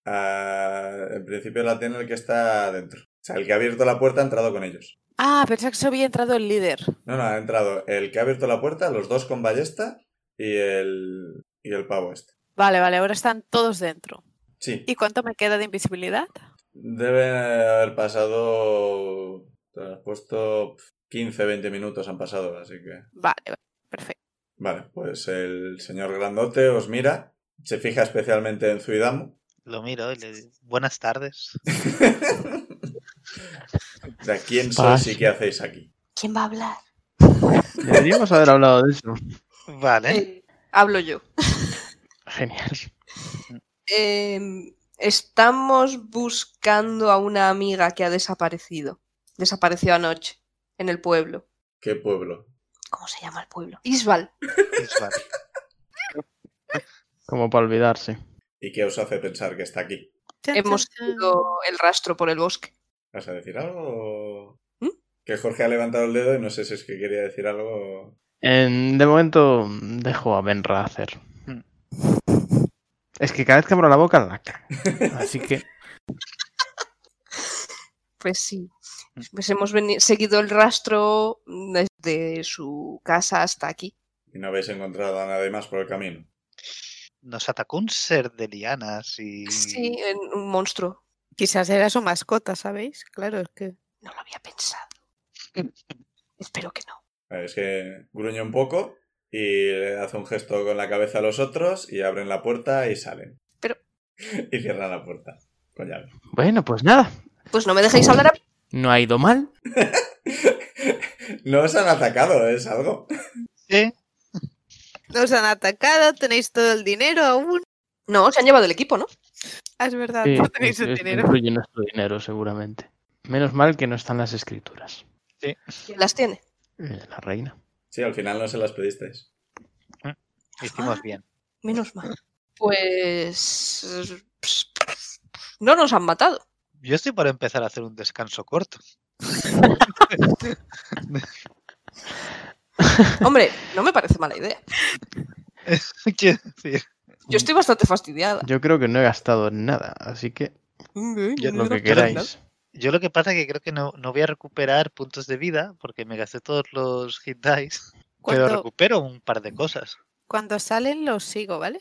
Speaker 1: ah, en principio la tiene el que está dentro. O sea, el que ha abierto la puerta ha entrado con ellos.
Speaker 4: Ah, pensaba que se había entrado el líder.
Speaker 1: No, no, ha entrado el que ha abierto la puerta, los dos con ballesta y el, y el pavo este.
Speaker 4: Vale, vale, ahora están todos dentro.
Speaker 1: Sí.
Speaker 4: ¿Y cuánto me queda de invisibilidad?
Speaker 1: Deben haber pasado. Te has puesto 15, 20 minutos han pasado, así que.
Speaker 4: Vale, vale, perfecto.
Speaker 1: Vale, pues el señor Grandote os mira. Se fija especialmente en Zuidamo.
Speaker 2: Lo miro y le digo, buenas tardes.
Speaker 1: [LAUGHS]
Speaker 2: [LAUGHS]
Speaker 1: O sea, ¿quién
Speaker 5: Paz.
Speaker 1: sois y qué hacéis aquí?
Speaker 3: ¿Quién va a hablar?
Speaker 5: Deberíamos haber hablado de eso. ¿Eh?
Speaker 2: Vale.
Speaker 3: eh, hablo yo.
Speaker 5: Genial.
Speaker 3: Eh, estamos buscando a una amiga que ha desaparecido. Desapareció anoche, en el pueblo.
Speaker 1: ¿Qué pueblo?
Speaker 3: ¿Cómo se llama el pueblo? Isbal.
Speaker 2: Pues vale.
Speaker 5: Como para olvidarse.
Speaker 1: ¿Y qué os hace pensar que está aquí?
Speaker 4: Chan,
Speaker 3: Hemos
Speaker 4: chan, chan.
Speaker 3: seguido el rastro por el bosque.
Speaker 1: ¿Vas a decir algo? o-
Speaker 3: ¿Mm?
Speaker 1: Que Jorge ha levantado el dedo y no sé si es que quería decir algo. o-
Speaker 5: En- de momento dejo a Benra hacer.
Speaker 2: Hmm.
Speaker 5: Es que cada vez que abro la boca la cago. Así que
Speaker 3: Pues sí.
Speaker 5: Mm.
Speaker 3: Pues hemos veni- seguido el rastro desde su casa hasta aquí.
Speaker 1: Y no habéis encontrado a nadie más por el camino.
Speaker 2: Nos atacó un ser de lianas y.
Speaker 3: Sí, en un monstruo.
Speaker 4: Quizás era su mascota, ¿sabéis? Claro, es que.
Speaker 3: No lo había
Speaker 4: [LAUGHS]
Speaker 3: pensado. Espero que no.
Speaker 1: Vale, Es que gruñe un poco y le hace un gesto con la cabeza a los otros y abren la puerta y salen.
Speaker 3: Pero-
Speaker 1: [LAUGHS] Y cierran la puerta. Con llave.
Speaker 5: bueno, pues nada.
Speaker 3: Pues no me dejéis hablar a mí.
Speaker 5: No ha ido mal.
Speaker 1: No os han atacado, ¿eh? es algo.
Speaker 2: Sí,
Speaker 4: Nos han atacado, tenéis todo el dinero aún.
Speaker 3: No, se han llevado el equipo, ¿no?
Speaker 4: Ah, Es [LAUGHS] verdad,
Speaker 5: Sí,
Speaker 4: no tenéis
Speaker 5: sí,
Speaker 4: el
Speaker 5: esto
Speaker 4: dinero.
Speaker 5: incluye nuestro dinero seguramente. Menos mal que no están las escrituras.
Speaker 3: ¿Quién las tiene?
Speaker 5: Eh, La reina.
Speaker 1: Sí, al final no se las pedisteis.
Speaker 2: hicimos bien.
Speaker 3: Menos mal. Pues... No nos han matado.
Speaker 2: Yo estoy por empezar a hacer un descanso corto. [LAUGHS]
Speaker 3: Hombre, no me parece mala idea.
Speaker 2: Quiero decir,
Speaker 3: Yo estoy bastante fastidiada.
Speaker 5: Yo creo que no he gastado en nada, así que
Speaker 2: Yo
Speaker 5: lo que
Speaker 2: quiero
Speaker 5: queráis.
Speaker 2: Yo lo que pasa es que creo que no, no voy a recuperar puntos de vida porque me gasté todos los hit dice, [LAUGHS] pero
Speaker 4: Cuando,
Speaker 2: recupero un par de cosas.
Speaker 4: cuando salen los sigo, ¿vale?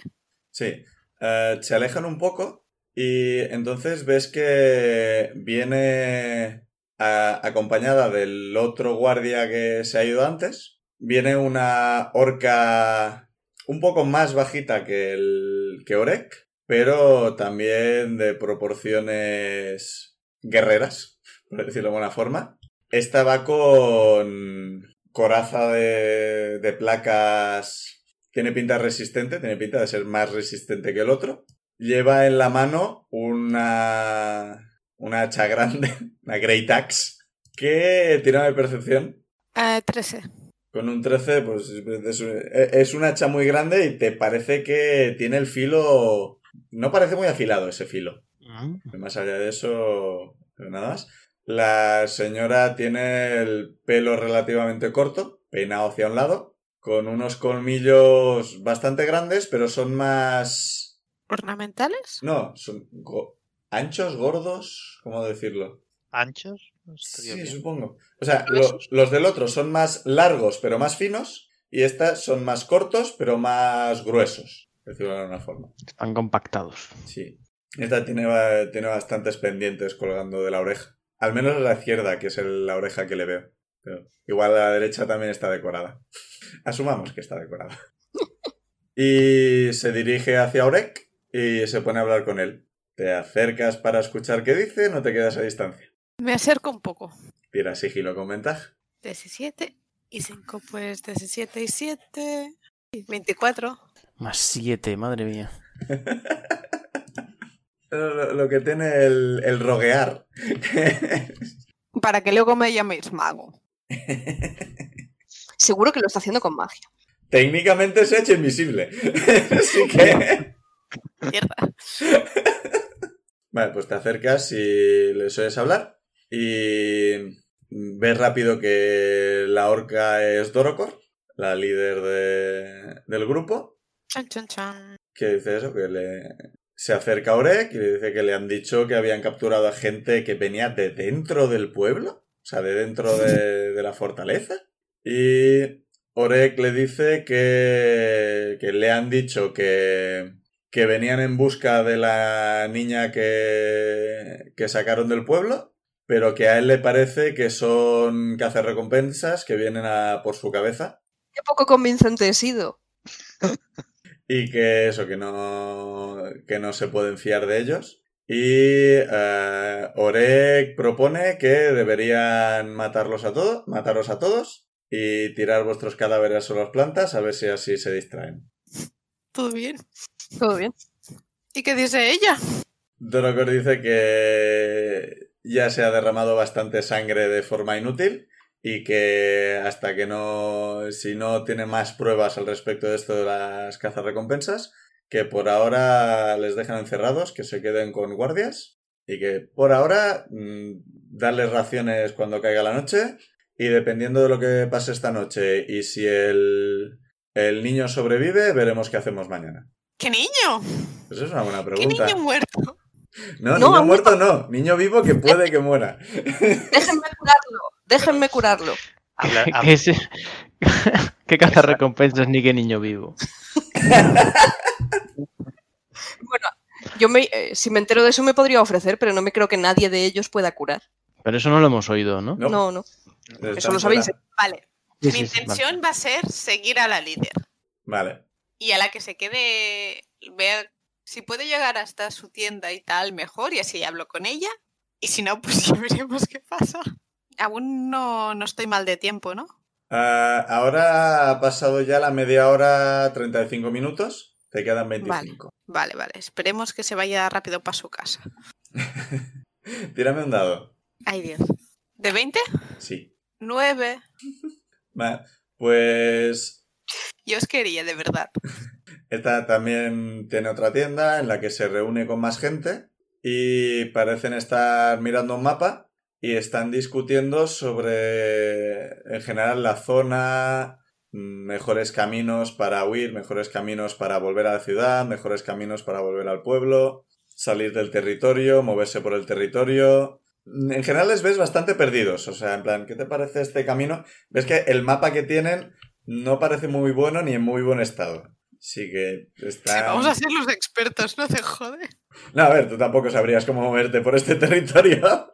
Speaker 1: Sí. Eh, se alejan un poco Y entonces ves que viene a- acompañada del otro guardia que se ha ido antes. Viene una orca un poco más bajita que el que Orek, pero también de proporciones guerreras, por decirlo de alguna forma. Esta va con coraza de, de placas. Tiene pinta resistente, tiene pinta de ser más resistente que el otro. Lleva en la mano una, una hacha grande, [LAUGHS] una Great Axe, que tiene de percepción.
Speaker 4: Ah, 13.
Speaker 1: Con un 13, pues es, es una hacha muy grande y te parece que tiene el filo... No parece muy afilado ese filo.
Speaker 5: Mm.
Speaker 1: Más allá de eso, nada más. La señora tiene el pelo relativamente corto, peinado hacia un lado, con unos colmillos bastante grandes, pero son más...
Speaker 4: ¿Ornamentales?
Speaker 1: No, son go- anchos, gordos, ¿cómo decirlo?
Speaker 2: ¿Anchos? No estaría
Speaker 1: Sí,
Speaker 2: bien.
Speaker 1: supongo. O sea, lo- los del otro son más largos, pero más finos, y estas son más cortos, pero más gruesos, por decirlo de alguna forma.
Speaker 5: Están [LAUGHS] compactados.
Speaker 1: Sí. Esta tiene, ba- tiene bastantes pendientes colgando de la oreja. Al menos la izquierda, que es el- la oreja que le veo. Pero igual la derecha también está decorada. [LAUGHS] Asumamos que está decorada. Y se dirige hacia Orek y se pone a hablar con él. Te acercas para escuchar qué dice, no te quedas a distancia.
Speaker 5: Mm.
Speaker 4: Me acerco un poco.
Speaker 1: Tira sigilo con ventaja.
Speaker 4: 17 y 5, pues 17 y 7. 24.
Speaker 6: Más siete, madre mía.
Speaker 1: Lo, lo- lo que tiene el, el roguear.
Speaker 7: Para que luego me llaméis mago.
Speaker 3: Seguro que lo está haciendo con magia.
Speaker 1: Técnicamente se ha hecho invisible. [LAUGHS] Así que...
Speaker 4: Mierda.
Speaker 1: Vale, pues te acercas y le sueles hablar. Y ves rápido que la orca es Dorocor, la líder de- del grupo.
Speaker 4: Chan, chan, chan.
Speaker 1: Que dice eso, que le, se acerca a Orek y le dice que le han dicho que habían capturado a gente que venía de dentro del pueblo. O sea, de dentro de, de la fortaleza. Y Orek le dice que, que le han dicho que, que venían en busca de la niña que, que sacaron del pueblo, pero que a él le parece que son cazarrecompensas que vienen a por su cabeza
Speaker 3: Qué poco convincente he sido.
Speaker 1: y que eso, que no, que no se pueden fiar de ellos. Y eh, Orek propone que deberían matarlos a todos, mataros a todos y tirar vuestros cadáveres a las plantas a ver si así se distraen.
Speaker 4: Todo bien.
Speaker 3: Todo bien.
Speaker 4: ¿Y qué dice ella?
Speaker 1: Dorocor dice que ya se ha derramado bastante sangre de forma inútil y que hasta que no, si no tiene más pruebas al respecto de esto de las cazarrecompensas, que por ahora les dejan encerrados, que se queden con guardias y que por ahora mm, darles raciones cuando caiga la noche y dependiendo de lo que pase esta noche y si el, el niño sobrevive, veremos qué hacemos mañana.
Speaker 4: ¿Qué niño?
Speaker 1: Pues es una buena
Speaker 4: ¿Qué
Speaker 1: pregunta.
Speaker 4: niño muerto?
Speaker 1: No,
Speaker 3: No,
Speaker 1: niño
Speaker 3: aún
Speaker 1: muerto no. Niño vivo que puede que muera.
Speaker 3: Déjenme curarlo. Déjenme curarlo.
Speaker 5: [LAUGHS]
Speaker 2: Habla- hab-
Speaker 5: ¿Qué, es- ¿Qué cazarrecompensas ni qué niño vivo?
Speaker 3: Bueno, yo me, eh, si me entero de eso me podría ofrecer, pero no me creo que nadie de ellos pueda curar.
Speaker 5: Pero eso no lo hemos oído, ¿no?
Speaker 1: No,
Speaker 3: No, no.
Speaker 1: están
Speaker 3: eso lo
Speaker 1: fuera.
Speaker 3: sabéis.
Speaker 4: Vale.
Speaker 5: Sí,
Speaker 4: Mi
Speaker 5: sí, sí, vale.
Speaker 4: intención va a ser seguir a la líder.
Speaker 1: Vale.
Speaker 4: Y a la que se quede, ver si puede llegar hasta su tienda y tal, mejor, y así hablo con ella. Y si no, pues [LAUGHS] ya veremos qué pasa. Aún no, no estoy mal de tiempo, ¿no?
Speaker 1: Ah, ahora ha pasado ya la media hora, 35 minutos. Te quedan 25.
Speaker 4: Vale, vale. Esperemos que se vaya rápido para su casa.
Speaker 1: [LAUGHS] Tírame un dado.
Speaker 4: Ay, Dios. ¿De 20?
Speaker 1: Sí.
Speaker 4: 9.
Speaker 1: Va, Pues
Speaker 4: Yo os quería, de verdad.
Speaker 1: esta también tiene otra tienda en la que se reúne con más gente y parecen estar mirando un mapa y están discutiendo sobre, en general, la zona, mm, mejores caminos para huir, mejores caminos para volver a la ciudad, mejores caminos para volver al pueblo, salir del territorio, moverse por el territorio. Mm, En general les ves bastante perdidos, o sea, en plan, ¿qué te parece este camino? Ves que el mapa que tienen no parece muy bueno ni en muy buen estado. Sí que
Speaker 4: Sí,
Speaker 1: está...
Speaker 4: vamos a ser los expertos, no te jode.
Speaker 1: No, a ver, tú tampoco sabrías cómo moverte por este [LAUGHS] territorio.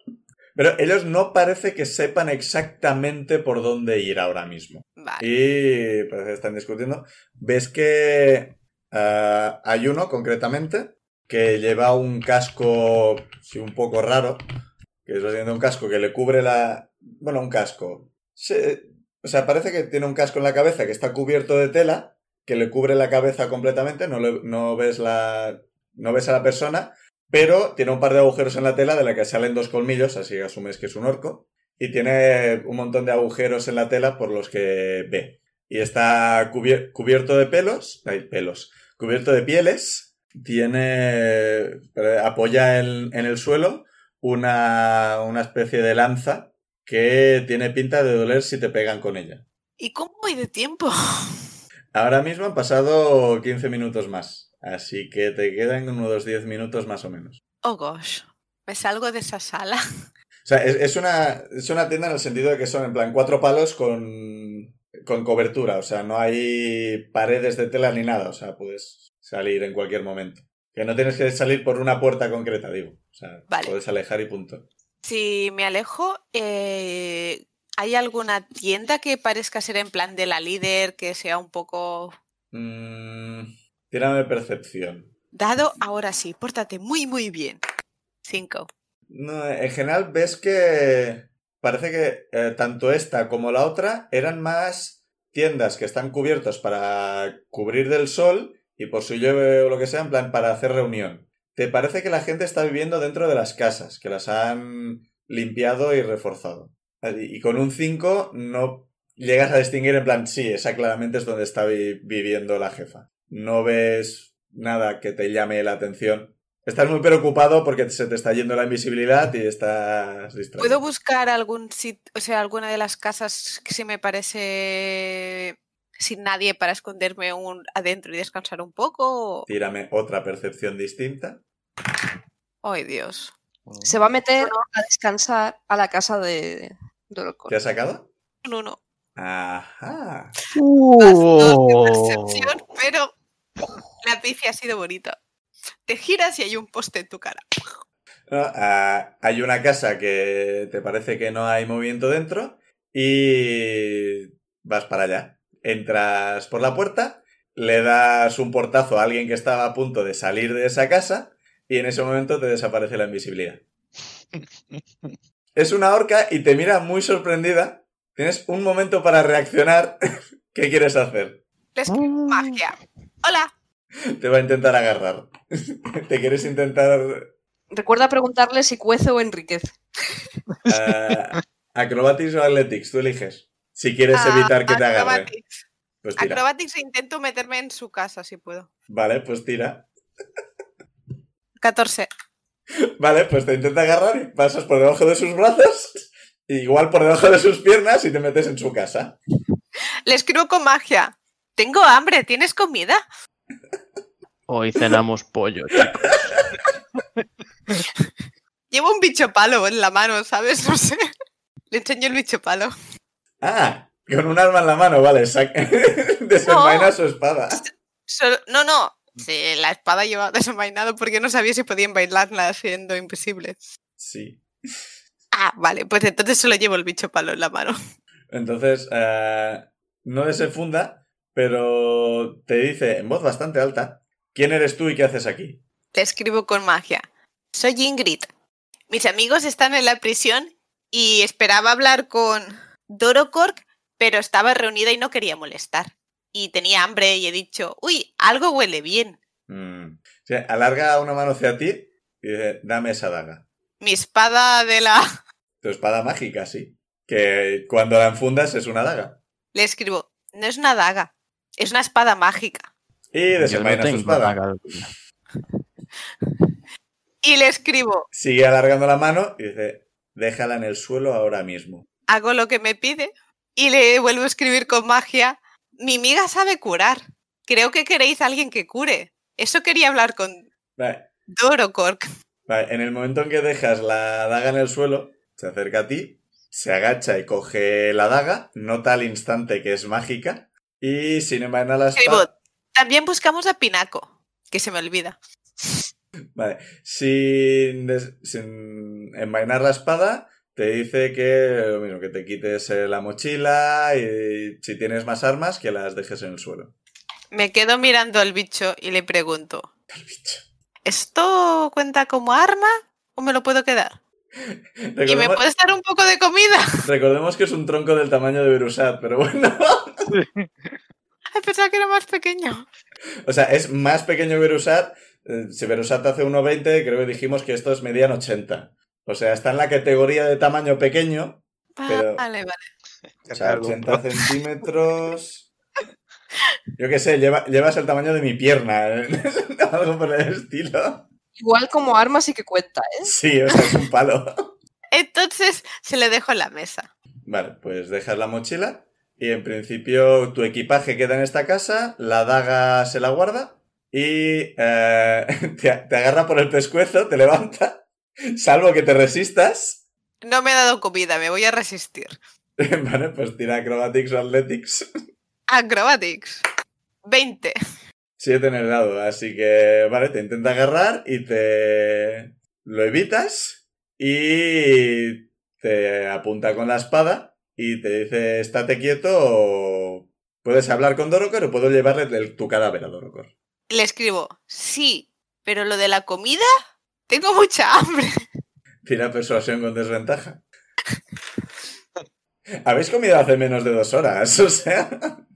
Speaker 1: Pero ellos no parece que sepan exactamente por dónde ir ahora mismo.
Speaker 4: Vale.
Speaker 1: Y parece que están discutiendo. Ves que ah, hay uno, concretamente, que lleva un casco, sí, un poco raro. Que es básicamente un casco que le cubre la... Bueno, un casco. Se- o sea, parece que tiene un casco en la cabeza que está cubierto de tela, que le cubre la cabeza completamente, no, le- no ves la... No ves a la persona, pero tiene un par de agujeros en la tela de la que salen dos colmillos, así que asumes que es un orco. Y tiene un montón de agujeros en la tela por los que ve. Y está cubier- cubierto de pelos. Hay pelos. Cubierto de pieles. Tiene. eh, apoya en, en el suelo una, una especie de lanza que tiene pinta de doler si te pegan con ella.
Speaker 4: ¿Y cómo voy de tiempo?
Speaker 1: Ahora mismo han pasado 15 minutos más. Así que te quedan unos 10 minutos más o menos.
Speaker 4: [LAUGHS] Oh gosh. Me salgo de esa sala. [LAUGHS]
Speaker 1: O sea, es, es una, es una tienda en el sentido de que son en plan cuatro palos con, con cobertura. O sea, no hay paredes de tela ni nada. O sea, puedes salir en cualquier momento. Que no tienes que salir por una puerta concreta, digo. O sea,
Speaker 4: Vale.
Speaker 1: puedes alejar y punto.
Speaker 4: Si me alejo, eh, ¿hay alguna tienda que parezca ser en plan de la líder, que sea un poco...
Speaker 1: Mm, tírame percepción.
Speaker 4: Dado, ahora sí, pórtate muy, muy bien. Cinco.
Speaker 1: No, en general ves que parece que eh, tanto esta como la otra eran más tiendas que están cubiertas para cubrir del sol y por si llueve o lo que sea, en plan para hacer reunión. Te parece que la gente está viviendo dentro de las casas, que las han limpiado y reforzado. Y y con un 5 no llegas a distinguir en plan, sí, esa claramente es donde está vi- viviendo la jefa. No ves nada que te llame la atención. Estás muy preocupado porque se te está yendo la invisibilidad y estás distraído.
Speaker 4: ¿Puedo buscar algún sitio, o sea, alguna de las casas que se me parece sin nadie para esconderme un adentro y descansar un poco? o-
Speaker 1: Tírame otra percepción distinta.
Speaker 4: Ay, Dios.
Speaker 3: Se va a meter a descansar a la casa de Dorocor.
Speaker 1: ¿Te has sacado?
Speaker 4: Un uno.
Speaker 1: Ajá.
Speaker 4: Más
Speaker 5: ¡Oh!
Speaker 4: dos de percepción, pero la pifia ha sido bonita. Te giras y hay un poste en tu cara.
Speaker 1: No, ah, hay una casa que te parece que no hay movimiento dentro y vas para allá. Entras por la puerta, le das un portazo a alguien que estaba a punto de salir de esa casa y en ese momento te desaparece la invisibilidad. Es una orca y te mira muy sorprendida. Tienes un momento para reaccionar. [LAUGHS] ¿Qué quieres hacer?
Speaker 4: Les
Speaker 1: ¡Ah!
Speaker 4: magia. Hola.
Speaker 1: Te va a intentar agarrar. [LAUGHS] ¿Te quieres intentar
Speaker 3: Recuerda preguntarle si cuece o enriquece.
Speaker 1: Ah, acrobatics o athletics, tú eliges. Si quieres evitar que te agarre.
Speaker 4: Ah, Acrobatics.
Speaker 1: Pues tira.
Speaker 4: Acrobatics e intento meterme en su casa si puedo.
Speaker 1: Vale, pues tira.
Speaker 4: 14.
Speaker 1: Vale, pues te intenta agarrar y pasas por debajo de sus brazos, [LAUGHS] y igual por debajo de sus piernas y te metes en su casa.
Speaker 4: Le escribo con magia. Tengo hambre, ¿tienes comida?
Speaker 5: Hoy cenamos pollo, chicos.
Speaker 4: Llevo un bicho palo en la mano, ¿sabes? No sé. [LAUGHS] Le enseño el bicho palo.
Speaker 1: Ah, con un arma en la mano, vale, [LAUGHS] sac- desenvaina su espada.
Speaker 4: Solo- no, no. Sí, la espada llevaba desenvainado porque no sabía si podían bailarla siendo invisible.
Speaker 1: Sí.
Speaker 4: Ah, vale, pues entonces solo llevo el bicho palo en la mano.
Speaker 1: Entonces, eh, no desenfunda, pero te dice en voz bastante alta, ¿quién eres tú y qué haces aquí?
Speaker 4: Te escribo con magia. Soy Ingrid. Mis amigos están en la prisión y esperaba hablar con Dorocork, pero estaba reunida y no quería molestar. Y tenía hambre y he dicho, uy, algo huele bien.
Speaker 1: Mm. O sea, alarga una mano hacia ti y dice, dame esa daga.
Speaker 4: Mi espada de la...
Speaker 1: Tu espada mágica, sí. Que cuando la enfundas es una daga.
Speaker 4: Le escribo, no es una daga, es una espada mágica.
Speaker 1: Y
Speaker 5: Yo no
Speaker 1: desenvaina su
Speaker 5: tengo
Speaker 1: espada.
Speaker 5: daga.
Speaker 4: Y le escribo,
Speaker 1: Sigue alargando la mano y dice, déjala en el suelo ahora mismo.
Speaker 4: hago lo que me pide y le vuelvo a escribir con magia. Mi amiga sabe curar. Creo que queréis a alguien que cure. Eso quería hablar con
Speaker 1: Vale,
Speaker 4: Dorocork.
Speaker 1: vale, En el momento en que dejas la daga en el suelo, se acerca a ti, se agacha y coge la daga, nota al instante que es mágica, y sin embargo la
Speaker 4: Escribo,
Speaker 1: espada...
Speaker 4: También buscamos a Pinaco, que se me olvida.
Speaker 1: Vale. Sin, des- sin envainar la espada, te dice que lo mismo, que te quites eh, la mochila y si tienes más armas, que las dejes en el suelo.
Speaker 4: Me quedo mirando al bicho y le pregunto,
Speaker 1: El bicho.
Speaker 4: ¿esto cuenta como arma o me lo puedo quedar? ¿Y me
Speaker 1: Recordemos-
Speaker 4: puedes dar un poco de comida? [LAUGHS]
Speaker 1: [LAUGHS] Recordemos que es un tronco del tamaño de Berusat, pero bueno. [LAUGHS]
Speaker 4: Ay, Pensaba que era más pequeño.
Speaker 1: O sea, es más pequeño Berusat. eh, Si Berusat hace 1,20, creo que dijimos que esto es mediano 80. O sea, está en la categoría de tamaño pequeño. Pero-
Speaker 4: Vale, vale.
Speaker 1: O sea, 80 centímetros. Yo qué sé, lleva- llevas el tamaño de mi pierna. ¿eh? [LAUGHS] Algo por el estilo.
Speaker 3: Igual como arma sí que cuenta, ¿eh?
Speaker 1: Sí, o sea, es un palo.
Speaker 4: Entonces se le dejo en la mesa.
Speaker 1: Vale, pues dejas la mochila. Y en principio tu equipaje queda en esta casa, la daga se la guarda y eh, [LAUGHS] te, te agarra por el pescuezo, te levanta, salvo que te resistas. [LAUGHS]
Speaker 4: No me ha dado comida, me voy a resistir.
Speaker 1: Vale, pues tira acrobatics o athletics.
Speaker 4: Acrobatics. 20.
Speaker 1: Siete en el dado, así que vale, te intenta agarrar y te lo evitas y te apunta con la espada y te dice estate quieto o puedes hablar con Dorocor o puedo llevarle el- tu cadáver a Dorocor.
Speaker 4: Le escribo, sí, pero lo de la comida, tengo mucha hambre.
Speaker 1: Tira persuasión con desventaja. Habéis comido hace menos de dos horas, [LAUGHS] o sea.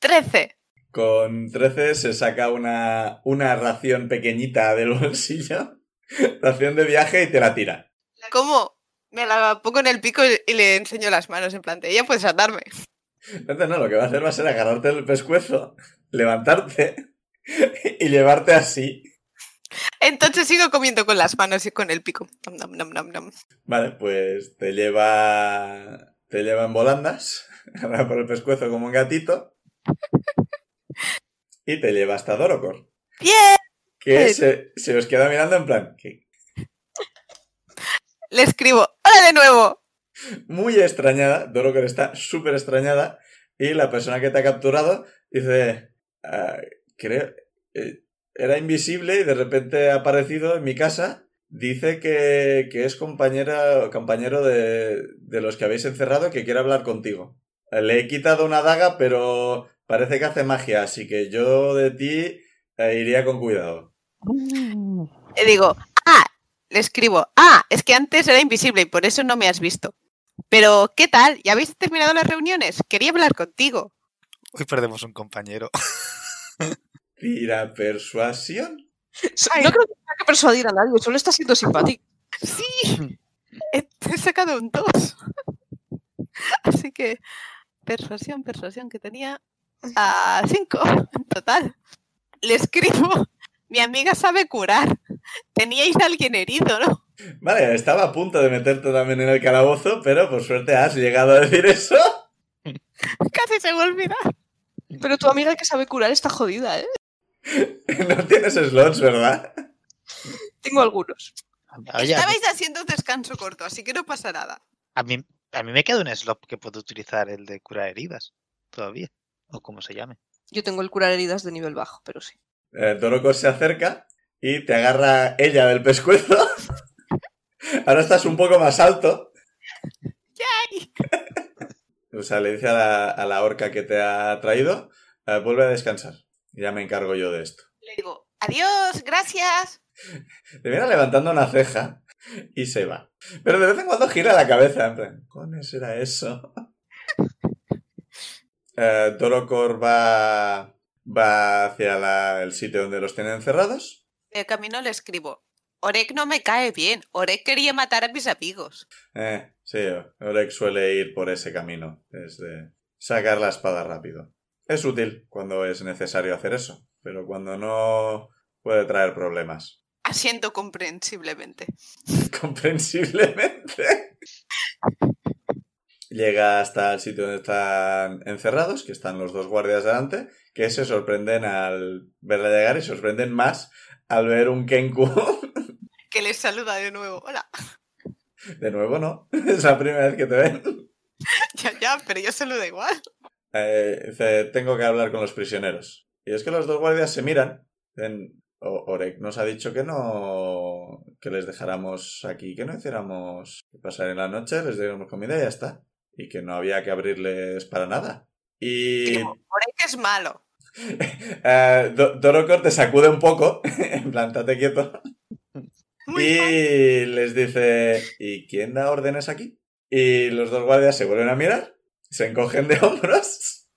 Speaker 4: 13.
Speaker 1: Con 13 se saca una, una ración pequeñita del bolsillo, [LAUGHS] ración de viaje y te la tira.
Speaker 4: ¿Cómo? Me la pongo en el pico y y le enseño las manos en plan, de, ella puedes atarme.
Speaker 1: Entonces, no, lo que va a hacer va a ser agarrarte el pescuezo, levantarte y llevarte así.
Speaker 4: Entonces sigo comiendo con las manos y con el pico. Nom, nom, nom, nom, nom.
Speaker 1: Vale, pues te lleva. Te lleva en volandas, [LAUGHS] agarra por el pescuezo como un gatito y te lleva hasta Dorocor.
Speaker 4: ¡Bien!
Speaker 1: que
Speaker 4: Sí.
Speaker 1: se, se os queda mirando en plan, que
Speaker 4: Le escribo, hola de nuevo.
Speaker 1: muy extrañada, Dorocor está súper extrañada, y la persona que te ha capturado dice, "Ah, creo, eh, era invisible y de repente ha aparecido en mi casa, dice que, que es compañera o compañero de, de los que habéis encerrado y que quiere hablar contigo. Le he quitado una daga, pero parece que hace magia, así que yo de ti eh, iría con cuidado.
Speaker 5: Mm.
Speaker 4: Le digo, ah, le escribo, ah, es que antes era invisible y por eso no me has visto. Pero, ¿qué tal? ¿Ya habéis terminado las reuniones? Quería hablar contigo.
Speaker 2: Hoy perdemos un compañero.
Speaker 1: Tira persuasión.
Speaker 3: No creo que tenga que persuadir a nadie, solo está siendo simpático.
Speaker 4: Sí, he he sacado un 2. [LAUGHS] Así que, persuasión, persuasión que tenía a 5 en total. Le escribo, mi amiga sabe curar. Teníais a alguien herido, ¿no? [LAUGHS]
Speaker 1: Vale, estaba a punto de meterte también en el calabozo, pero por suerte has llegado a decir eso. [LAUGHS]
Speaker 4: Casi se me olvida.
Speaker 3: Pero tu amiga que sabe curar está jodida, ¿eh?
Speaker 1: No tienes slots, ¿verdad?
Speaker 3: Tengo algunos.
Speaker 2: Oye, a, mí,
Speaker 4: Estabais haciendo un descanso corto, así que no pasa nada.
Speaker 2: a mí- a mí me queda un slot que puedo utilizar el de curar heridas todavía. O como se llame.
Speaker 3: Yo tengo el curar heridas de nivel bajo, pero sí.
Speaker 1: Eh, Dorocor se acerca y te agarra ella del pescuezo. [LAUGHS] Ahora estás un poco más alto. [LAUGHS] O sea, le dice a la, a la orca que te ha traído, eh, vuelve a descansar. Ya me encargo yo de esto.
Speaker 4: Le digo, adiós, gracias.
Speaker 1: Te viene levantando una ceja y se va. Pero de vez en cuando gira la cabeza, en plan, ¿cómo será eso? [LAUGHS] Eh, Dorocor va, va hacia la- el sitio donde los tienen encerrados.
Speaker 4: De camino le escribo, Orek no me cae bien. Orek quería matar a mis amigos.
Speaker 1: Eh, sí, Orex suele ir por ese camino, es de sacar la espada rápido. Es útil cuando es necesario hacer eso, pero cuando no puede traer problemas.
Speaker 4: Asiento comprensiblemente.
Speaker 1: comprensiblemente. Llega hasta el sitio donde están encerrados, que están los dos guardias delante, que se sorprenden al verla llegar y se sorprenden más al ver un Kenku. [LAUGHS]
Speaker 4: Que les saluda de nuevo. Hola. [LAUGHS]
Speaker 1: De nuevo, ¿no? [LAUGHS] Es la primera vez que te ven.
Speaker 4: Ya, ya, pero yo se lo da igual.
Speaker 1: Eh, dice, tengo que hablar con los prisioneros. Y es que los dos guardias se miran. Dicen, "O- Orek nos ha dicho que no. que les dejáramos aquí, que no hiciéramos que pasar en la noche, les diéramos comida y ya está. Y que no había que abrirles para nada. Y.
Speaker 4: Digo, Orek es malo.
Speaker 1: eh, Do- Dorocor te sacude un poco. [LAUGHS] en plan, "Tate quieto.
Speaker 4: Muy mal.
Speaker 1: Y les dice, ¿y quién da órdenes aquí? Y los dos guardias se vuelven a mirar, se encogen de [LAUGHS] hombros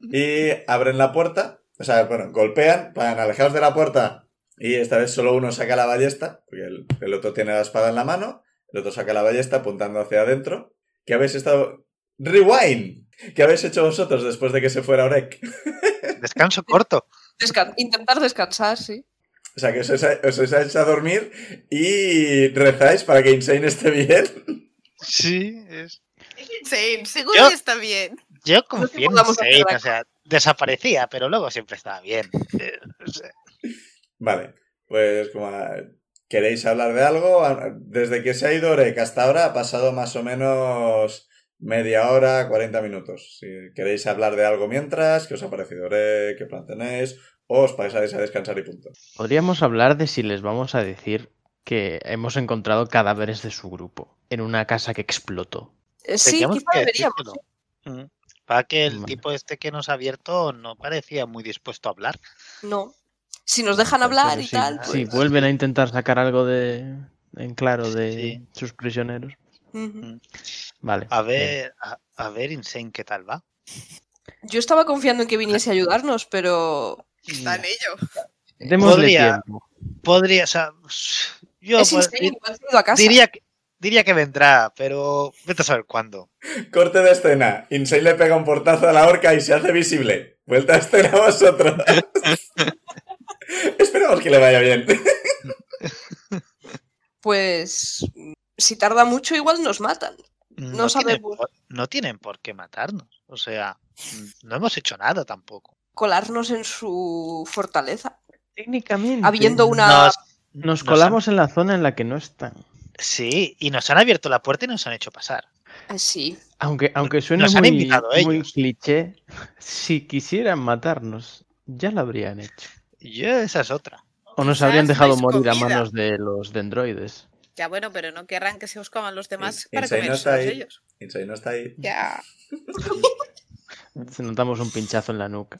Speaker 1: y abren la puerta. O sea, bueno, golpean, plan, alejaos de la puerta. Y esta vez solo uno saca la ballesta, porque el, el otro tiene la espada en la mano, el otro saca la ballesta apuntando hacia adentro. ¿Qué habéis estado... Rewind. ¿Qué habéis hecho vosotros después de que se fuera Orek?
Speaker 3: [LAUGHS]
Speaker 2: Descanso corto.
Speaker 3: Desca- intentar descansar, sí.
Speaker 1: O sea, que os, os, os echáis a dormir y rezáis para que Insane esté bien.
Speaker 2: Sí, es...
Speaker 4: Sí, seguro
Speaker 2: Yo-
Speaker 4: que está bien.
Speaker 2: Yo confío en
Speaker 3: podamos
Speaker 2: Insane,
Speaker 3: hacer
Speaker 2: o sea, desaparecía, pero luego siempre estaba bien. Eh, o sea,
Speaker 1: Vale, pues como ah, queréis hablar de algo, Ah, desde que se ha ido Orek hasta ahora ha pasado más o menos media hora, 40 minutos. Si queréis hablar de algo mientras, ¿qué os ha parecido Orek? ¿Qué plan tenéis? O os pasáis a descansar y punto.
Speaker 5: Podríamos hablar de si les vamos a decir que hemos encontrado cadáveres de su grupo en una casa que explotó.
Speaker 3: Eh, Sí,
Speaker 2: teníamos
Speaker 3: quizá
Speaker 2: que
Speaker 3: deberíamos. ¿eh?
Speaker 2: decírselo. Mm. Para que el
Speaker 5: Vale.
Speaker 2: tipo este que nos ha abierto no parecía muy dispuesto a hablar.
Speaker 3: No. Si nos dejan hablar
Speaker 5: Pero
Speaker 3: y
Speaker 5: si-
Speaker 3: tal,
Speaker 5: Si
Speaker 3: pues.
Speaker 5: vuelven a intentar sacar algo de en claro de
Speaker 2: Sí.
Speaker 5: sus prisioneros.
Speaker 3: Ujú.
Speaker 5: Vale.
Speaker 2: A
Speaker 5: bien.
Speaker 2: ver, a, a ver, Insane, ¿qué tal va?
Speaker 3: Yo estaba confiando en que viniese a ayudarnos, pero.
Speaker 4: Está en ello.
Speaker 5: Démosle
Speaker 2: podría-
Speaker 5: tiempo.
Speaker 2: Mm, Podría, o sea, yo
Speaker 3: es
Speaker 2: pod-
Speaker 3: insane, igual se ha ido a casa.
Speaker 2: pues, diría que, diría que vendrá, pero vete a saber cuándo.
Speaker 1: Corte de escena. Insane le pega un portazo a la horca y se hace visible. Vuelta a escena vosotros. [LAUGHS] Esperamos que le vaya bien. [LAUGHS]
Speaker 3: Pues. Si tarda mucho, igual nos matan. No
Speaker 2: Mm, tienen
Speaker 3: sabemos.
Speaker 2: por- no tienen por qué matarnos. O sea, mm, no hemos hecho nada tampoco.
Speaker 3: Colarnos en su fortaleza.
Speaker 5: Técnicamente.
Speaker 3: Habiendo una.
Speaker 2: Nos-
Speaker 5: Nos
Speaker 2: han-
Speaker 5: colamos en la zona en la que no están.
Speaker 2: sí, y nos han abierto la puerta y nos han hecho pasar.
Speaker 3: eh, Sí.
Speaker 5: Aunque, aunque suene
Speaker 2: Nos han
Speaker 5: muy,
Speaker 2: invitado
Speaker 5: muy
Speaker 2: ellos.
Speaker 5: cliché, si quisieran matarnos, ya lo habrían hecho.
Speaker 2: Yo, esa es otra.
Speaker 5: O nos
Speaker 4: Quizás
Speaker 5: habrían dejado
Speaker 4: dais
Speaker 5: morir a
Speaker 4: comida.
Speaker 5: manos de los dendroides.
Speaker 4: Ya bueno, pero no querrán que se os coman los demás
Speaker 1: Y-
Speaker 4: para
Speaker 1: Insane no
Speaker 4: comerse
Speaker 1: está ahí.
Speaker 4: ellos.
Speaker 1: Insane no está ahí.
Speaker 4: Ya.
Speaker 5: Se notamos un pinchazo en la nuca.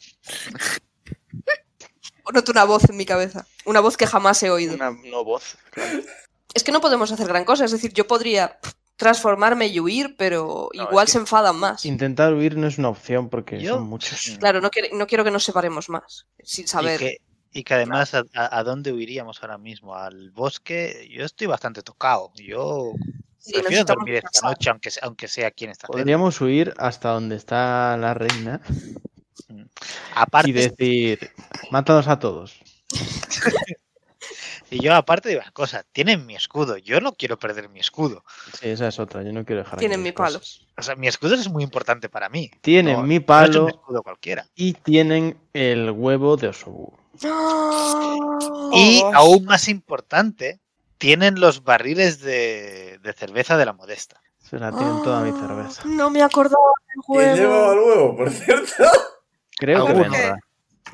Speaker 3: Noto una voz en mi cabeza. Una voz que jamás he oído.
Speaker 5: no voz.
Speaker 3: Es que no podemos hacer gran cosa. Es decir, yo podría pff, transformarme y huir, pero
Speaker 5: No,
Speaker 3: igual
Speaker 5: es
Speaker 3: se
Speaker 5: que-
Speaker 3: enfadan más.
Speaker 5: Intentar huir no es una opción porque
Speaker 2: Yo-
Speaker 5: son muchos.
Speaker 3: Claro, no, quiere- no quiero que nos separemos más. Sin saber.
Speaker 2: Y que, y que además, a, a- a dónde huiríamos ahora mismo? ¿Al bosque? Yo estoy bastante tocado. Yo
Speaker 3: Sí,
Speaker 2: prefiero
Speaker 3: necesitamos
Speaker 2: dormir esta
Speaker 3: descansar.
Speaker 2: noche, aunque sea, aunque sea aquí en esta celda.
Speaker 5: Podríamos huir hasta donde está la reina
Speaker 2: Aparte,
Speaker 5: y decir, mátalos a todos.
Speaker 2: Y yo aparte digo una cosa, tienen mi escudo, yo no quiero perder mi escudo.
Speaker 5: Sí, esa es otra, yo no quiero dejar.
Speaker 3: Tienen
Speaker 5: aquí
Speaker 3: mi
Speaker 5: mis
Speaker 3: palo.
Speaker 5: cosas.
Speaker 2: O sea, mi escudo es muy importante para mí.
Speaker 5: Tienen
Speaker 2: No-
Speaker 5: mi
Speaker 2: no es un
Speaker 5: palo
Speaker 2: escudo cualquiera.
Speaker 5: y tienen el huevo de Osobu.
Speaker 3: ¡Ah! Oh,
Speaker 2: Y aún más importante, tienen los barriles de, de cerveza de la modesta.
Speaker 5: Se la tienen toda mi
Speaker 3: Ah,
Speaker 5: cerveza.
Speaker 3: No me acordaba del
Speaker 1: Y llevo al
Speaker 3: juego.
Speaker 1: huevo, por cierto.
Speaker 5: Creo que
Speaker 2: Alguna.
Speaker 5: vendrá.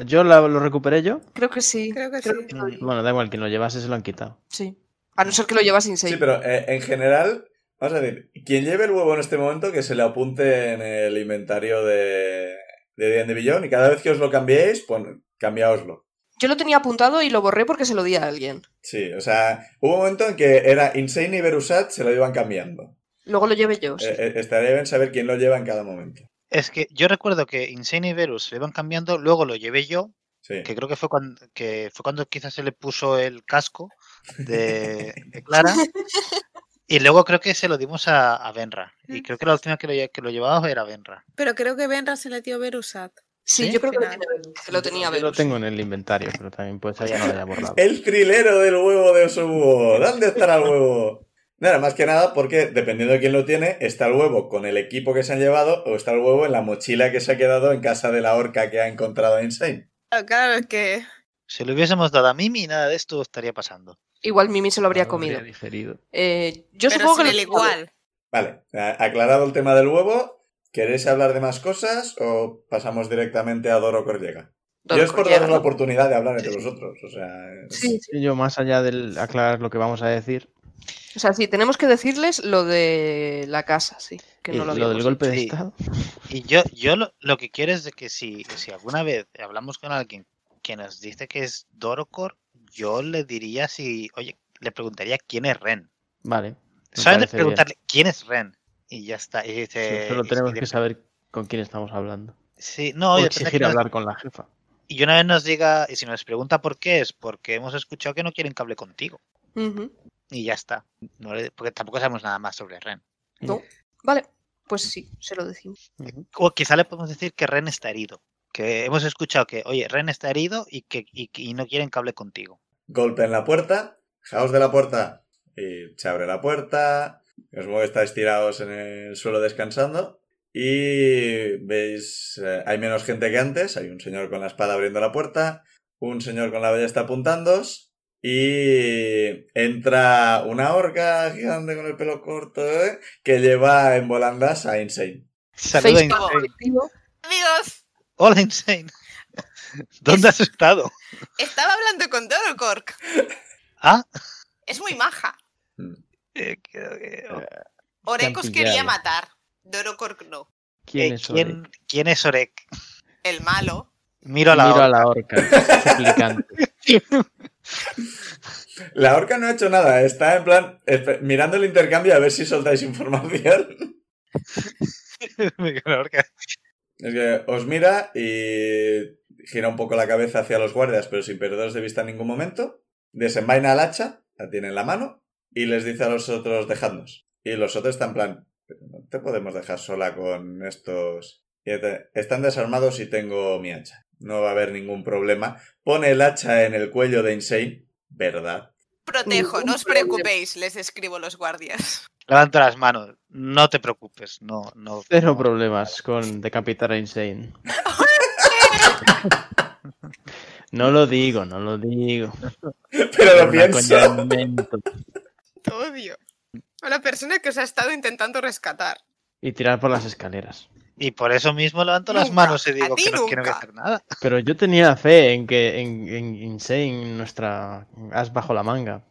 Speaker 5: ¿Yo la- lo recuperé yo?
Speaker 3: Creo que sí.
Speaker 4: Creo que
Speaker 3: Creo
Speaker 4: sí.
Speaker 3: que lo di-
Speaker 5: Bueno, da igual, quien lo llevase se lo han quitado.
Speaker 3: sí. A no ser que lo llevas sin
Speaker 1: Sí, pero eh, en general, vamos a decir, quien lleve el huevo en este momento, que se le apunte en el inventario de de D&D Beyond, y cada vez que os lo cambiéis, pon, cambiaoslo.
Speaker 3: Yo lo tenía apuntado y lo borré porque se lo di a alguien.
Speaker 1: Sí, o sea, hubo un momento en que era Insane y Berusat se lo iban cambiando.
Speaker 3: Luego lo llevé yo. Pues sí.
Speaker 1: Eh, eh, estaría bien saber quién lo lleva en cada momento.
Speaker 2: Es que yo recuerdo que Insane y Verus se lo iban cambiando, luego lo llevé yo,
Speaker 1: Sí.
Speaker 2: que creo que fue cuando, que fue cuando quizás se le puso el casco de, de Clara. Y luego creo que se lo dimos a, a Benra. Y creo que la última que lo, lle- que lo llevaba era Benra.
Speaker 4: Pero creo que Benra se la dio Berusat.
Speaker 3: sí,
Speaker 2: sí,
Speaker 3: yo creo que lo,
Speaker 4: final.
Speaker 3: tiene Venus, que lo tenía
Speaker 5: Yo
Speaker 3: Venus.
Speaker 5: lo tengo en el inventario, pero también puede ser que no
Speaker 3: [LAUGHS]
Speaker 5: lo haya borrado.
Speaker 1: El trilero del huevo de Osobuo. ¿Dónde estará el huevo? Nada, más que nada porque dependiendo de quién lo tiene, está el huevo con el equipo que se han llevado o está el huevo en la mochila que se ha quedado en casa de la orca que ha encontrado Insane.
Speaker 4: Claro, Claro, es que
Speaker 2: Si lo hubiésemos dado a Mimi, nada de esto estaría pasando.
Speaker 3: Igual Mimi se lo habría
Speaker 5: Lo
Speaker 3: comido.
Speaker 5: digerido.
Speaker 3: Eh, yo
Speaker 4: Ah, pero
Speaker 3: supongo que
Speaker 4: sin
Speaker 3: lo
Speaker 4: el
Speaker 3: tenía
Speaker 4: igual.
Speaker 1: Vale, a- aclarado el tema del huevo, ¿queréis hablar de más cosas o pasamos directamente a Doro Corllega?
Speaker 3: Don
Speaker 1: Yo es por
Speaker 3: Corllera,
Speaker 1: daros la
Speaker 3: ¿no?
Speaker 1: oportunidad de hablar entre vosotros. O sea, es-
Speaker 3: Sí, sí.
Speaker 5: Yo, más allá del aclarar lo que vamos a decir,
Speaker 3: O sea, sí, tenemos que decirles lo de la casa, sí. Que
Speaker 5: y
Speaker 3: no lo,
Speaker 5: lo del
Speaker 3: habíamos
Speaker 5: golpe de
Speaker 2: Sí.
Speaker 5: estado.
Speaker 2: Y yo, yo lo, lo que quiero es de que si, si alguna vez hablamos con alguien que nos dice que es Dorocor, yo le diría si, oye, le preguntaría quién es Ren.
Speaker 5: Vale. me
Speaker 2: Solamente
Speaker 5: parece bien.
Speaker 2: preguntarle quién es Ren. Y ya está. Y
Speaker 5: Sí,
Speaker 2: dice,
Speaker 5: Solo
Speaker 2: y-
Speaker 5: tenemos
Speaker 2: y-
Speaker 5: que [LAUGHS] saber con quién estamos hablando.
Speaker 2: Sí, no,
Speaker 5: o
Speaker 2: y depende que
Speaker 5: exigir
Speaker 2: nos-
Speaker 5: hablar con la jefa.
Speaker 2: y una vez nos diga, y si nos pregunta por qué es, porque hemos escuchado que no quieren que hable contigo.
Speaker 3: dicho. Ujú.
Speaker 2: Y ya está. No le- porque tampoco sabemos nada más sobre Ren.
Speaker 3: No. Vale, pues sí, se lo decimos.
Speaker 5: Ujú.
Speaker 2: O quizá le podemos decir que Ren está herido. Que hemos escuchado que, oye, Ren está herido y que y- y no quieren que hable contigo.
Speaker 1: golpe en la puerta, jaos de la puerta. Y se abre la puerta, os mueve, estáis tirados en el suelo descansando. Y veis, eh, hay menos gente que antes, hay un señor con la espada abriendo la puerta, un señor con la ballesta apuntándos. Y entra una orca gigante con el pelo corto ¿eh? que lleva en volandas a Insane.
Speaker 2: Saluda
Speaker 3: Facebook
Speaker 2: Insane.
Speaker 3: objetivo.
Speaker 4: Amigos,
Speaker 2: Hola, Insane. ¿Dónde has estado?
Speaker 4: estaba hablando con Dorocork.
Speaker 2: Ah,
Speaker 4: Es muy maja.
Speaker 1: Mm.
Speaker 2: eh, creo que-
Speaker 4: Orecos quería
Speaker 5: pillado.
Speaker 4: matar. Dorocork no.
Speaker 5: ¿Quién
Speaker 2: eh,
Speaker 5: es Ori?
Speaker 2: ¿quién, quién es Orek?
Speaker 4: El malo.
Speaker 2: Miro a la
Speaker 5: Miro
Speaker 2: hora.
Speaker 5: a la horca, suplicante.
Speaker 1: La orca no ha hecho nada, está en plan espe- mirando el intercambio a ver si soltáis información.
Speaker 2: [LAUGHS] Miro a la hora.
Speaker 1: Es que os mira y gira un poco la cabeza hacia los guardias, pero sin perderos de vista en ningún momento. Desenvaina el hacha, la tiene en la mano, y les dice a los otros, dejadnos. Y los otros están en plan, "Pero no te podemos dejar sola con estos... Y te- Están desarmados y tengo mi hacha. No va a haber ningún problema. Pone el hacha en el cuello de Insane,
Speaker 5: [LAUGHS]
Speaker 1: ¿verdad?
Speaker 4: Protejo,
Speaker 3: Ningún
Speaker 4: no os preocupéis, les escribo los guardias.
Speaker 2: Levanto las manos. No te preocupes. No, no.
Speaker 5: Cero
Speaker 2: no.
Speaker 5: problemas con decapitar a Insane. No lo digo, no lo digo.
Speaker 1: Pero
Speaker 5: Era
Speaker 1: lo
Speaker 5: una
Speaker 1: pienso.
Speaker 5: coña de momento.
Speaker 4: [LAUGHS] Te odio. A la persona que os ha estado intentando rescatar.
Speaker 5: Y tirar por las escaleras.
Speaker 2: Y por eso mismo levanto las
Speaker 4: Nunca.
Speaker 2: manos y digo
Speaker 4: A ti
Speaker 2: que no, que no voy a
Speaker 4: nunca.
Speaker 2: hacer nada.
Speaker 5: Pero yo tenía fe en que en, en Insane, nuestra as bajo la manga.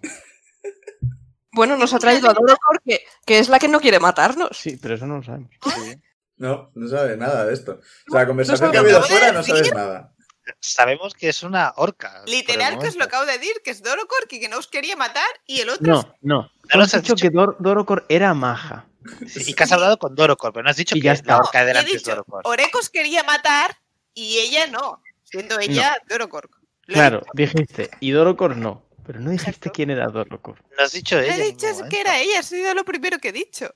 Speaker 3: Bueno, nos ha traído a Doro porque que es la que no quiere matarnos.
Speaker 5: Sí, pero eso no lo sabemos.
Speaker 2: [LAUGHS]
Speaker 1: No, no sabes nada de esto. O sea, la conversación
Speaker 3: No
Speaker 1: que ha
Speaker 3: sabes
Speaker 1: habido
Speaker 4: nada.
Speaker 1: fuera no sabes nada.
Speaker 2: Sabemos que es una orca. por el
Speaker 4: Literal, que os lo
Speaker 2: momento.
Speaker 4: acabo de decir, que es Dorocork y que no os quería matar y el otro...
Speaker 5: No, no.
Speaker 2: No
Speaker 5: Hemos
Speaker 2: nos has
Speaker 5: dicho
Speaker 2: dicho-
Speaker 5: que Dor- Dorocor era maja.
Speaker 2: Sí, y que has hablado con Dorocor, pero no has dicho
Speaker 5: Y
Speaker 2: que
Speaker 5: ya
Speaker 2: la
Speaker 5: está.
Speaker 2: orca de
Speaker 4: y he
Speaker 2: delante es
Speaker 4: dicho,
Speaker 2: Dorocor.
Speaker 4: Orecos quería matar y ella no, siendo ella Dorocork. Lo he
Speaker 5: Claro,
Speaker 4: dicho.
Speaker 5: dijiste. Y Dorocor no. Pero no dijiste
Speaker 4: Exacto.
Speaker 5: quién era Dorocor.
Speaker 2: No ¿eh? has dicho
Speaker 4: Lo
Speaker 2: ella.
Speaker 4: he
Speaker 2: en
Speaker 4: dicho
Speaker 2: ningún
Speaker 4: que
Speaker 2: momento.
Speaker 4: era ella, ha sido lo primero que he dicho.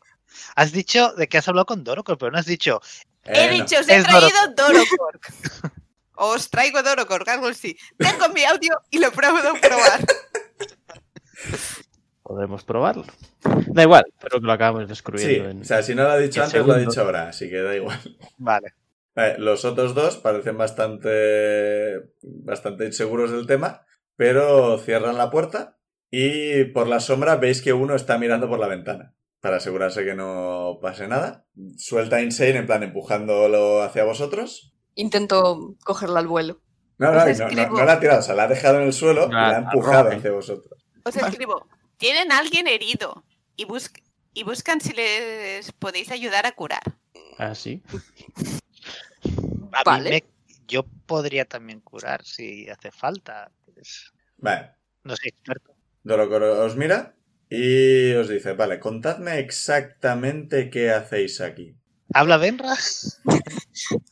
Speaker 2: Has dicho de que has hablado con Dorocor, pero no has dicho.
Speaker 4: He
Speaker 1: Eh, no.
Speaker 4: dicho, os he
Speaker 2: Es
Speaker 4: traído Dorocork. Os traigo Dorocork, algo así. Tengo mi audio y lo puedo probar.
Speaker 5: Podremos probarlo. Da igual, pero que lo acabamos
Speaker 1: Sí,
Speaker 5: descubriendo. en-
Speaker 1: o sea, si no lo ha dicho
Speaker 5: en
Speaker 1: antes, lo ha
Speaker 5: segundos.
Speaker 1: dicho ahora, así que da igual.
Speaker 2: Vale.
Speaker 1: Vale, los otros dos parecen bastante, bastante inseguros del tema, pero cierran la puerta y por la sombra veis que uno está mirando por la ventana para asegurarse que no pase nada. Suelta a Insane en plan empujándolo hacia vosotros.
Speaker 3: Intento cogerla al vuelo.
Speaker 1: No, no,
Speaker 3: Os
Speaker 1: no, no,
Speaker 3: escribo.
Speaker 1: no la ha tirado, o sea, la ha dejado en el suelo y
Speaker 5: La-
Speaker 1: la ha
Speaker 5: la
Speaker 1: empujado
Speaker 5: arroja, ¿eh?
Speaker 1: hacia vosotros.
Speaker 4: Os escribo, tienen a alguien herido y, bus- y buscan si les podéis ayudar a curar.
Speaker 5: Ah, sí.
Speaker 2: A mí
Speaker 3: Vale.
Speaker 2: me- yo podría también curar si hace falta. Es-
Speaker 1: Vale,
Speaker 2: No soy experto.
Speaker 1: Dorocor os mira y os dice, vale, contadme exactamente qué hacéis aquí.
Speaker 2: ¿Habla Benra?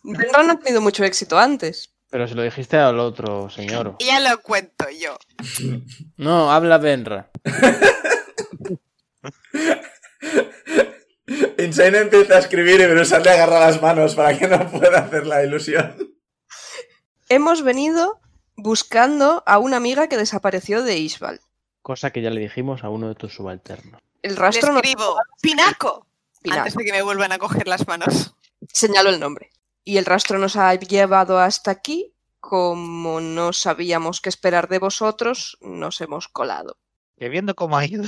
Speaker 3: Benra no ha tenido mucho éxito antes.
Speaker 5: Pero se lo dijiste al otro señor.
Speaker 4: Y ya lo cuento yo.
Speaker 5: No, habla Benra.
Speaker 1: Insane empieza a escribir y Brusar le agarra las manos para que no pueda hacer la ilusión.
Speaker 3: Hemos venido buscando a una amiga que desapareció de Isbal.
Speaker 5: Cosa que ya le dijimos a uno de tus subalternos.
Speaker 3: El
Speaker 4: Le
Speaker 3: rastro no
Speaker 4: escribo, Pinaco.
Speaker 3: Pilar.
Speaker 4: Antes de que me vuelvan a coger las manos.
Speaker 3: Señalo el nombre. Y el rastro nos ha llevado hasta aquí. Como no sabíamos qué esperar de vosotros, nos hemos colado.
Speaker 2: Que viendo cómo ha ido,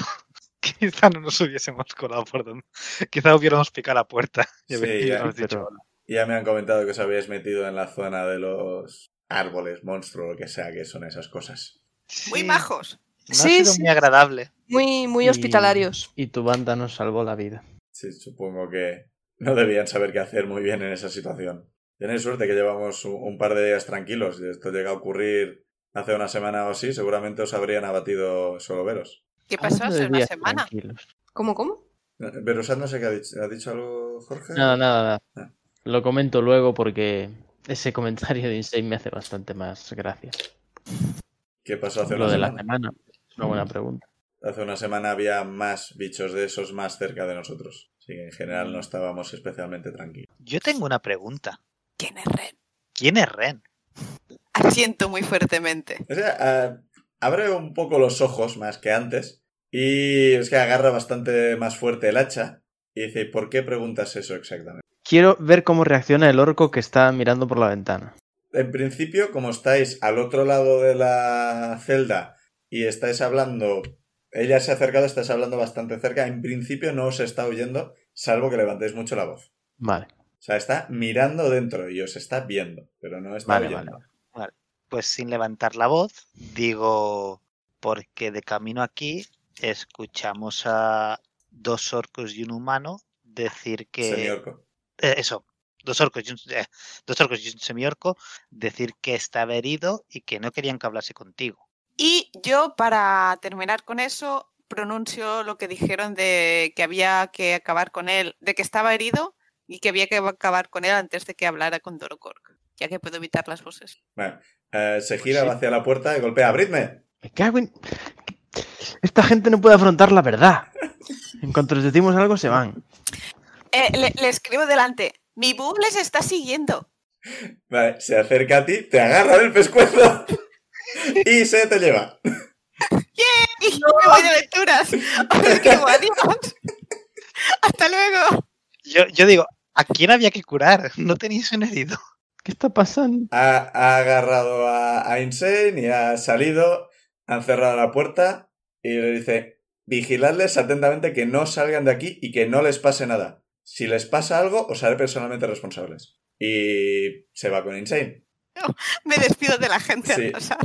Speaker 2: [LAUGHS] quizá no nos hubiésemos colado por donde. Quizá hubiéramos picado la puerta. y
Speaker 1: Sí,
Speaker 2: hubiéramos
Speaker 5: ya,
Speaker 2: dicho,
Speaker 5: pero-
Speaker 2: "Hola".
Speaker 1: Ya me han comentado que os habéis metido en la zona de los árboles, monstruo, lo que sea que son esas cosas.
Speaker 4: Muy
Speaker 2: Sí,
Speaker 4: majos.
Speaker 2: No ha
Speaker 3: Sí,
Speaker 2: sido
Speaker 3: sí.
Speaker 2: muy agradable.
Speaker 3: Muy, muy
Speaker 5: Y-
Speaker 3: hospitalarios.
Speaker 5: Y tu banda nos salvó la vida.
Speaker 1: Sí, supongo que no debían saber qué hacer muy bien en esa situación. Tenéis suerte que llevamos un- un par de días tranquilos. Si esto llega a ocurrir hace una semana o así, seguramente os habrían abatido solo veros.
Speaker 4: ¿Qué pasó
Speaker 5: Hablando de
Speaker 4: hace una
Speaker 5: días
Speaker 4: semana?
Speaker 5: tranquilos.
Speaker 3: ¿Cómo, cómo?
Speaker 1: Berusat Eh, no sé qué ha dicho. ¿Ha dicho algo, Jorge?
Speaker 5: Nada, nada, nada. Lo comento luego porque ese comentario de Insane me hace bastante más gracia.
Speaker 1: ¿Qué pasó hace
Speaker 5: Lo
Speaker 1: una
Speaker 5: de la
Speaker 1: semana?
Speaker 5: semana es una buena pregunta.
Speaker 1: Hace una semana había más bichos de esos más cerca de nosotros. Así que en general
Speaker 5: Mm.
Speaker 1: no estábamos especialmente tranquilos.
Speaker 2: Yo tengo una pregunta.
Speaker 4: ¿Quién es Ren?
Speaker 2: ¿Quién es Ren?
Speaker 4: Asiento muy fuertemente.
Speaker 1: O sea, ah, abre un poco los ojos más que antes. Y es que agarra bastante más fuerte el hacha. Y dice, "¿Y ¿por qué preguntas eso exactamente?
Speaker 5: Quiero ver cómo reacciona el orco que está mirando por la ventana.
Speaker 1: En principio, como estáis al otro lado de la celda y estáis hablando, ella se ha acercado, estáis hablando bastante cerca, en principio no os está oyendo, salvo que levantéis mucho la voz.
Speaker 5: Vale,
Speaker 1: O sea, está mirando dentro y os está viendo, pero no está
Speaker 5: vale, vale.
Speaker 1: oyendo.
Speaker 2: Pues sin levantar la voz, digo, porque de camino aquí escuchamos a dos orcos y un humano decir que...
Speaker 1: Semiorco.
Speaker 2: eh, eso, dos orcos, y un, eh, dos orcos y un semiorco decir que estaba herido y que no querían que hablase contigo.
Speaker 4: Y yo, para terminar con eso, pronuncio lo que dijeron de que había que acabar con él, de que estaba herido y que había que acabar con él antes de que hablara con Dorokork, ya que puedo evitar las voces.
Speaker 1: Vale. Eh, se gira
Speaker 2: Pues sí.
Speaker 1: va hacia la puerta y golpea. ¡Abridme!
Speaker 5: Me cago en... Esta gente no puede afrontar la verdad. En cuanto les decimos algo, se van.
Speaker 4: Eh, le, le escribo delante, mi boom les está siguiendo.
Speaker 1: Vale, se acerca a ti, te agarra del pescuezo [LAUGHS] y se te lleva.
Speaker 4: Y me voy de aventuras. Os
Speaker 1: [LAUGHS]
Speaker 4: escribo, adiós. Hasta luego.
Speaker 2: Yo, yo digo, ¿a quién había que curar? [LAUGHS] No tenéis un herido. [LAUGHS]
Speaker 5: ¿Qué está pasando?
Speaker 1: Ha, ha agarrado a, a Insane y ha salido, han cerrado la puerta y le dice, vigiladles atentamente que no salgan de aquí y que no les pase nada. Si les pasa algo, os haré personalmente responsables. Y se va con Insane.
Speaker 4: Me despido de la gente.
Speaker 1: Sí.
Speaker 4: o sea,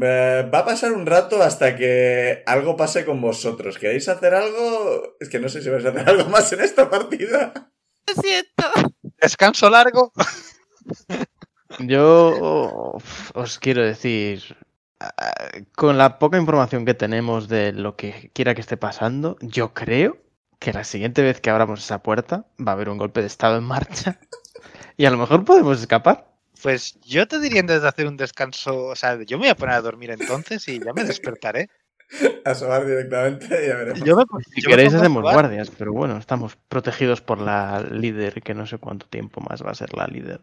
Speaker 1: Eh, va a pasar un rato hasta que algo pase con vosotros. ¿Queréis hacer algo? Es que no sé si vais a hacer [LAUGHS] algo más en esta partida. [LAUGHS]
Speaker 4: lo siento.
Speaker 2: Descanso largo.
Speaker 5: Yo oh, os quiero decir, ah, con la poca información que tenemos de lo que quiera que esté pasando, yo creo que la siguiente vez que abramos esa puerta va a haber un golpe de estado en marcha y a lo mejor podemos escapar.
Speaker 2: Pues yo te diría antes de hacer un descanso, o sea, yo me voy a poner a dormir entonces y
Speaker 5: [LAUGHS]
Speaker 2: ya me despertaré.
Speaker 1: Asomar directamente y ya veremos.
Speaker 2: Yo me,
Speaker 5: Si
Speaker 2: Pues yo me
Speaker 5: queréis
Speaker 2: pongo a
Speaker 5: hacemos
Speaker 2: jugar.
Speaker 5: guardias, pero bueno, estamos protegidos por la líder, que no sé cuánto tiempo más va a ser la líder.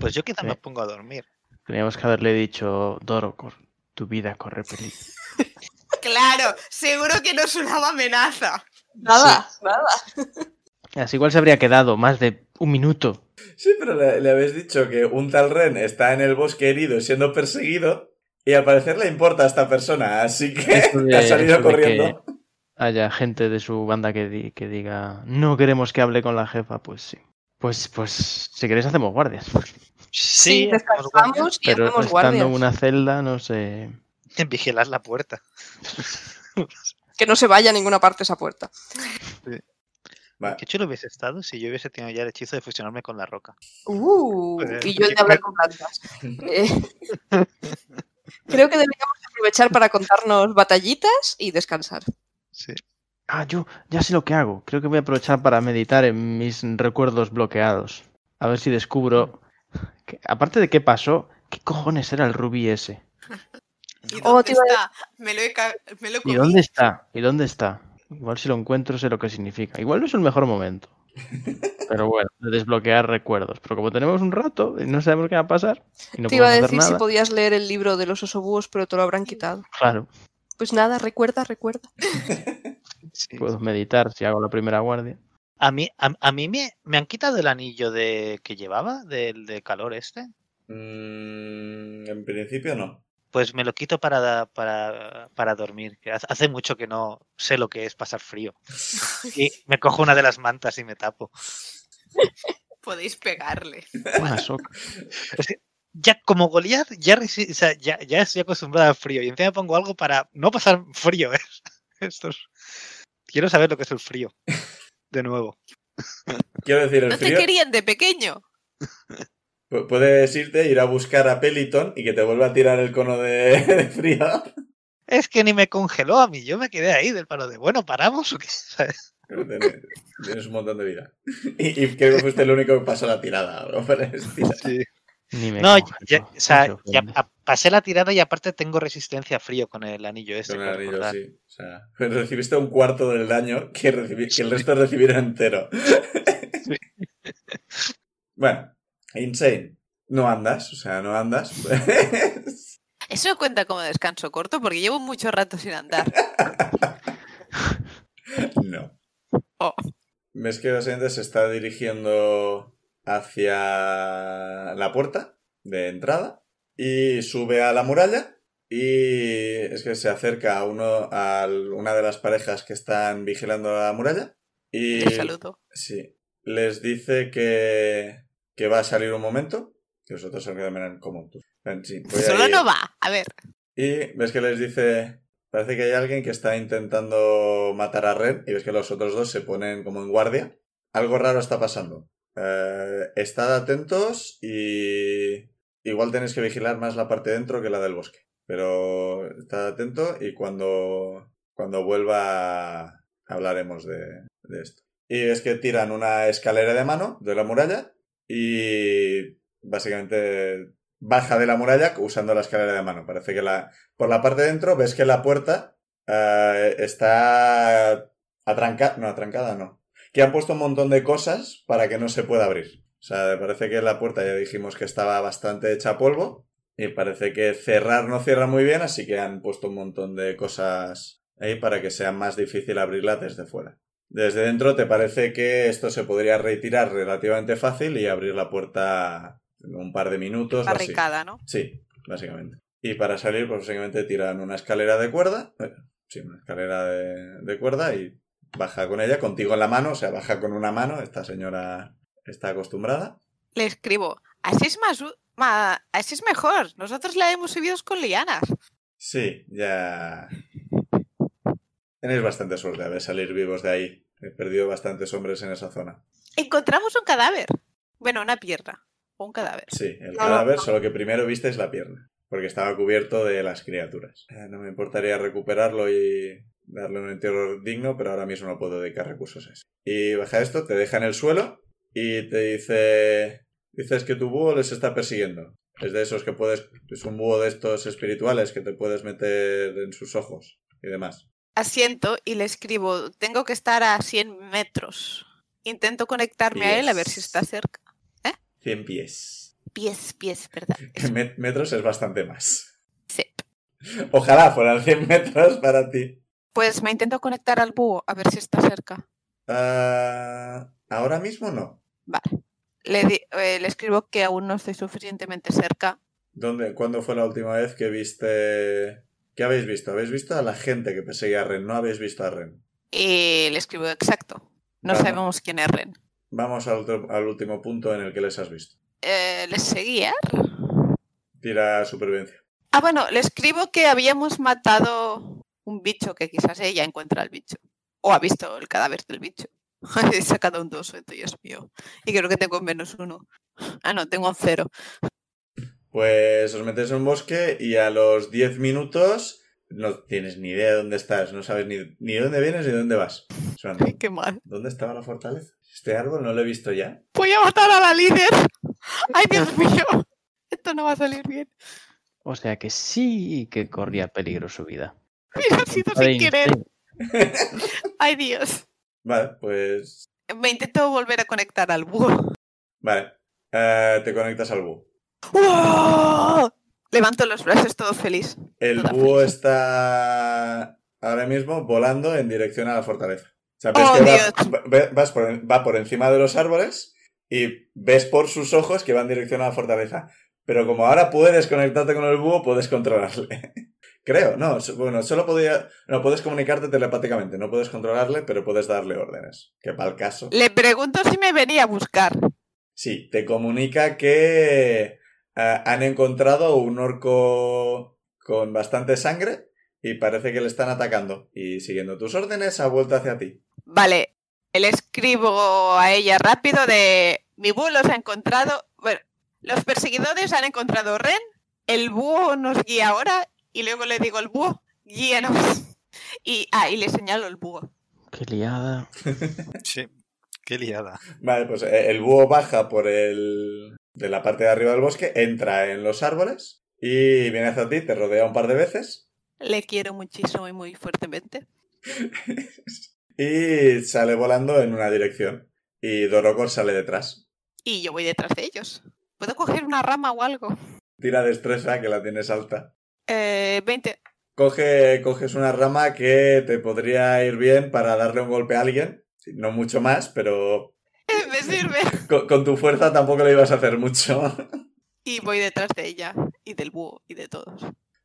Speaker 2: Pues yo quizá
Speaker 5: Sí.
Speaker 2: me pongo a dormir.
Speaker 5: Teníamos que haberle dicho, Doro, cor- tu vida corre peligro.
Speaker 4: Claro, seguro que no es una amenaza.
Speaker 3: Nada, nada.
Speaker 5: Así igual se habría quedado más de un minuto.
Speaker 1: Sí, pero le, le habéis dicho que un tal Ren está en el bosque herido y siendo perseguido. Y al parecer le importa a esta persona, así que [LAUGHS]
Speaker 5: Eso de-
Speaker 1: ha salido
Speaker 5: eso de que
Speaker 1: corriendo.
Speaker 5: haya gente de su banda que, di- que diga, no queremos que hable con la jefa, pues sí. Pues, pues, si queréis hacemos guardias.
Speaker 3: Sí,
Speaker 2: Sí, hacemos guardia
Speaker 3: descansamos y
Speaker 5: Pero
Speaker 3: hacemos
Speaker 5: estando
Speaker 3: guardias.
Speaker 5: en una celda, no sé.
Speaker 2: en vigilar la puerta.
Speaker 3: Que no se vaya a ninguna parte esa puerta.
Speaker 1: Va,
Speaker 2: Qué chulo hubiese estado si yo hubiese tenido ya el hechizo de fusionarme con la roca.
Speaker 3: Uh,
Speaker 2: Pues,
Speaker 3: y yo
Speaker 2: yo
Speaker 3: de hablar con
Speaker 5: [LAUGHS]
Speaker 3: plantas. Eh, Creo que deberíamos aprovechar para contarnos batallitas y descansar.
Speaker 2: Sí.
Speaker 5: Ah, yo ya sé lo que hago. Creo que voy a aprovechar para meditar en mis recuerdos bloqueados. A ver si descubro. que- aparte de qué pasó, ¿qué cojones era el rubí ese?
Speaker 4: ¿Y
Speaker 3: Oh,
Speaker 4: dónde
Speaker 1: eh.
Speaker 3: te iba a
Speaker 4: está? Me lo he, ca- me lo
Speaker 5: ¿Y
Speaker 4: comí.
Speaker 5: dónde está? ¿Y dónde está? Igual si lo encuentro sé lo que significa. Igual no es el mejor momento. Pero bueno, de desbloquear recuerdos. Pero como tenemos un rato y no sabemos qué va a pasar y no
Speaker 3: Te iba a
Speaker 5: podemos
Speaker 3: decir
Speaker 5: hacer
Speaker 3: si
Speaker 5: nada,
Speaker 3: podías leer el libro de los osobúos, pero te lo habrán quitado.
Speaker 5: claro,
Speaker 3: Pues nada, recuerda, recuerda.
Speaker 2: Sí.
Speaker 5: puedo meditar si hago la primera guardia.
Speaker 2: A mí, a, a mí me, me han quitado el anillo de que llevaba, del de calor este.
Speaker 1: mm, en principio no.
Speaker 2: Pues me lo quito para, da- para, para dormir. que hace- Hace mucho que no sé lo que es pasar frío. Y me cojo una de las mantas y me tapo.
Speaker 4: Podéis pegarle.
Speaker 5: Una soca.
Speaker 2: ya como Goliath, ya, resi- o sea, ya, ya estoy acostumbrada al frío. Y encima pongo algo para no pasar frío. ¿eh? [LAUGHS] Esto es- Quiero saber lo que es el frío. De nuevo.
Speaker 1: Quiero decir, el
Speaker 4: No te
Speaker 1: frío.
Speaker 4: querían de pequeño.
Speaker 1: pu- Puedes irte, ir a buscar a Peliton y que te vuelva a tirar el cono de, [LAUGHS] de frío.
Speaker 2: Es que ni me congeló a mí. Yo me quedé ahí del palo de, bueno, paramos o qué. [LAUGHS] ¿Sabes?
Speaker 1: Tienes tienes un montón de vida. [LAUGHS] Y, y creo que fuiste el único que pasó la tirada. [LAUGHS] ¿no? Por el estilo.
Speaker 5: Ni me
Speaker 2: No,
Speaker 5: coges,
Speaker 2: ya-
Speaker 5: no,
Speaker 2: o sea,
Speaker 5: no se
Speaker 2: ya
Speaker 5: ofende.
Speaker 2: a- pasé la tirada y aparte tengo resistencia a frío con el anillo este.
Speaker 1: Con el
Speaker 2: por
Speaker 1: anillo,
Speaker 2: recordar.
Speaker 1: sí. O sea, pues recibiste un cuarto del daño que, recibi- que el resto recibirá entero. [LAUGHS] bueno, insane. No andas, o sea, no andas. [LAUGHS]
Speaker 4: Eso cuenta como descanso corto porque llevo mucho rato sin andar.
Speaker 1: no.
Speaker 4: Oh.
Speaker 1: Ves que gente se está dirigiendo hacia la puerta de entrada y sube a la muralla y es que se acerca a uno a una de las parejas que están vigilando la muralla y
Speaker 4: Te saludo.
Speaker 1: Sí. Les dice que, que va a salir un momento. Que los otros se quedan miran como tú. En sí, voy a
Speaker 4: Solo
Speaker 1: ir.
Speaker 4: no va. A ver.
Speaker 1: Y ves que les dice. Parece que hay alguien que está intentando matar a Ren. Y ves que los otros dos se ponen como en guardia. Algo raro está pasando. Eh, estad atentos y. Igual tenéis que vigilar más la parte dentro que la del bosque. Pero estad atento y cuando. Cuando vuelva. Hablaremos de, de esto. Y es que tiran una escalera de mano de la muralla. Y. Básicamente. Baja de la muralla usando la escalera de mano. Parece que la. Por la parte de dentro ves que la puerta. eh, está. Atrancada. No, atrancada no que han puesto un montón de cosas para que no se pueda abrir. O sea, parece que la puerta ya dijimos que estaba bastante hecha polvo y parece que cerrar no cierra muy bien, así que han puesto un montón de cosas ahí para que sea más difícil abrirla desde fuera. Desde dentro te parece que esto se podría retirar relativamente fácil y abrir la puerta en un par de minutos. o así.
Speaker 4: Barricada, ¿no?
Speaker 1: Sí, básicamente. Y para salir, pues básicamente tiran una escalera de cuerda. eh, Sí, una escalera de, de cuerda y baja con ella, contigo en la mano, o sea, baja con una mano. Esta señora está acostumbrada.
Speaker 4: Le escribo. Así es más. u- ma- Así es mejor. Nosotros la hemos subido con lianas.
Speaker 1: Sí, ya. Tenéis bastante suerte de salir vivos de ahí. He perdido bastantes hombres en esa zona.
Speaker 4: Encontramos un cadáver. Bueno, una pierna. O un cadáver.
Speaker 1: Sí, el
Speaker 7: No,
Speaker 1: cadáver, solo que primero visteis la pierna, porque estaba cubierto de las criaturas. Eh, no me importaría recuperarlo y darle un entierro digno, pero ahora mismo no puedo dedicar recursos a eso. Y baja esto, te deja en el suelo y te dice... Dices que tu búho les está persiguiendo. Es de esos que puedes... Es un búho de estos espirituales que te puedes meter en sus ojos y demás.
Speaker 4: asiento y le escribo, tengo que estar a 100 metros. Intento conectarme a él a ver si
Speaker 1: Pies.
Speaker 4: está cerca.
Speaker 1: 100 pies.
Speaker 4: Pies, pies, ¿verdad?
Speaker 1: Met- metros es bastante más.
Speaker 4: Sí.
Speaker 1: Ojalá fueran 100 metros para ti.
Speaker 7: Pues me intento conectar al búho a ver si está cerca.
Speaker 1: Ah, ahora mismo no.
Speaker 7: Le, di- eh, le escribo que aún no estoy suficientemente cerca.
Speaker 1: ¿Dónde, ¿Cuándo fue la última vez que viste... ¿Qué habéis visto? ¿Habéis visto a la gente que perseguía a Ren? No habéis visto a Ren.
Speaker 4: Y le escribo exacto.
Speaker 7: No
Speaker 1: Vale.
Speaker 7: sabemos quién es Ren.
Speaker 1: Vamos al, otro- al último punto en el que les has visto.
Speaker 4: Eh, ¿Les seguía?
Speaker 1: Tira supervivencia.
Speaker 4: Ah, bueno, le escribo que habíamos matado un bicho que quizás ella encuentra el bicho. O ha visto el cadáver del bicho. [LAUGHS] He sacado un 2, Dios mío. Y creo que tengo un menos uno. Ah, no, tengo un cero.
Speaker 1: Pues os metéis en un bosque y a los 10 minutos no tienes ni idea de dónde estás. No sabes ni, ni de dónde vienes ni de dónde vas. Suena.
Speaker 4: Ay, qué mal.
Speaker 1: ¿Dónde estaba la fortaleza? Este árbol no lo he visto ya.
Speaker 4: Voy a matar a la líder. Ay, Dios mío. Esto no va a salir bien.
Speaker 5: O sea que sí que corría peligro su vida.
Speaker 4: Mira, ha sido
Speaker 5: Ay,
Speaker 4: sin querer.
Speaker 5: sí.
Speaker 4: Ay, Dios.
Speaker 1: Vale, pues
Speaker 4: Me intento volver a conectar al búho.
Speaker 1: Vale. Eh, te conectas al búho.
Speaker 4: ¡Uah! Levanto los brazos todo feliz.
Speaker 1: El
Speaker 4: Toda
Speaker 1: búho está ahora mismo volando en dirección a la fortaleza. O sea, ves
Speaker 4: ¡Oh,
Speaker 1: que va, ve- vas por en- va por encima de los árboles y ves por sus ojos que va en dirección a la fortaleza. Pero como ahora puedes conectarte con el búho, puedes controlarle. [LAUGHS] Creo, no, so- bueno, solo podía... No, puedes comunicarte telepáticamente, no puedes controlarle, pero puedes darle órdenes. Que para el caso...
Speaker 4: Le pregunto si me venía a buscar.
Speaker 1: Sí, te comunica que eh, eh, han encontrado un orco con bastante sangre y parece que le están atacando. Y siguiendo tus órdenes, ha vuelto hacia ti.
Speaker 4: Vale, le escribo a ella rápido de mi búho los ha encontrado. Bueno, los perseguidores han encontrado Ren, el búho nos guía ahora y luego le digo el búho, guíanos. [LAUGHS] Y, ah, y le señalo el búho.
Speaker 5: Qué liada.
Speaker 2: Sí, qué liada.
Speaker 1: Vale, pues eh, el búho baja por el. de la parte de arriba del bosque, entra en los árboles y viene hacia ti, te rodea un par de veces
Speaker 4: Le quiero muchísimo y muy fuertemente.
Speaker 1: y sale volando en una dirección. Y Dorocor sale detrás.
Speaker 4: Y yo voy detrás de ellos. ¿Puedo coger una rama o algo?
Speaker 1: Tira destreza, que la tienes alta.
Speaker 4: Eh, 20.
Speaker 1: Coge, coges una rama que te podría ir bien para darle un golpe a alguien. No mucho más, pero
Speaker 4: [LAUGHS] Me sirve.
Speaker 1: con, con tu fuerza tampoco le ibas a hacer mucho. [LAUGHS]
Speaker 4: Y voy detrás de ella, y del búho, y de todos.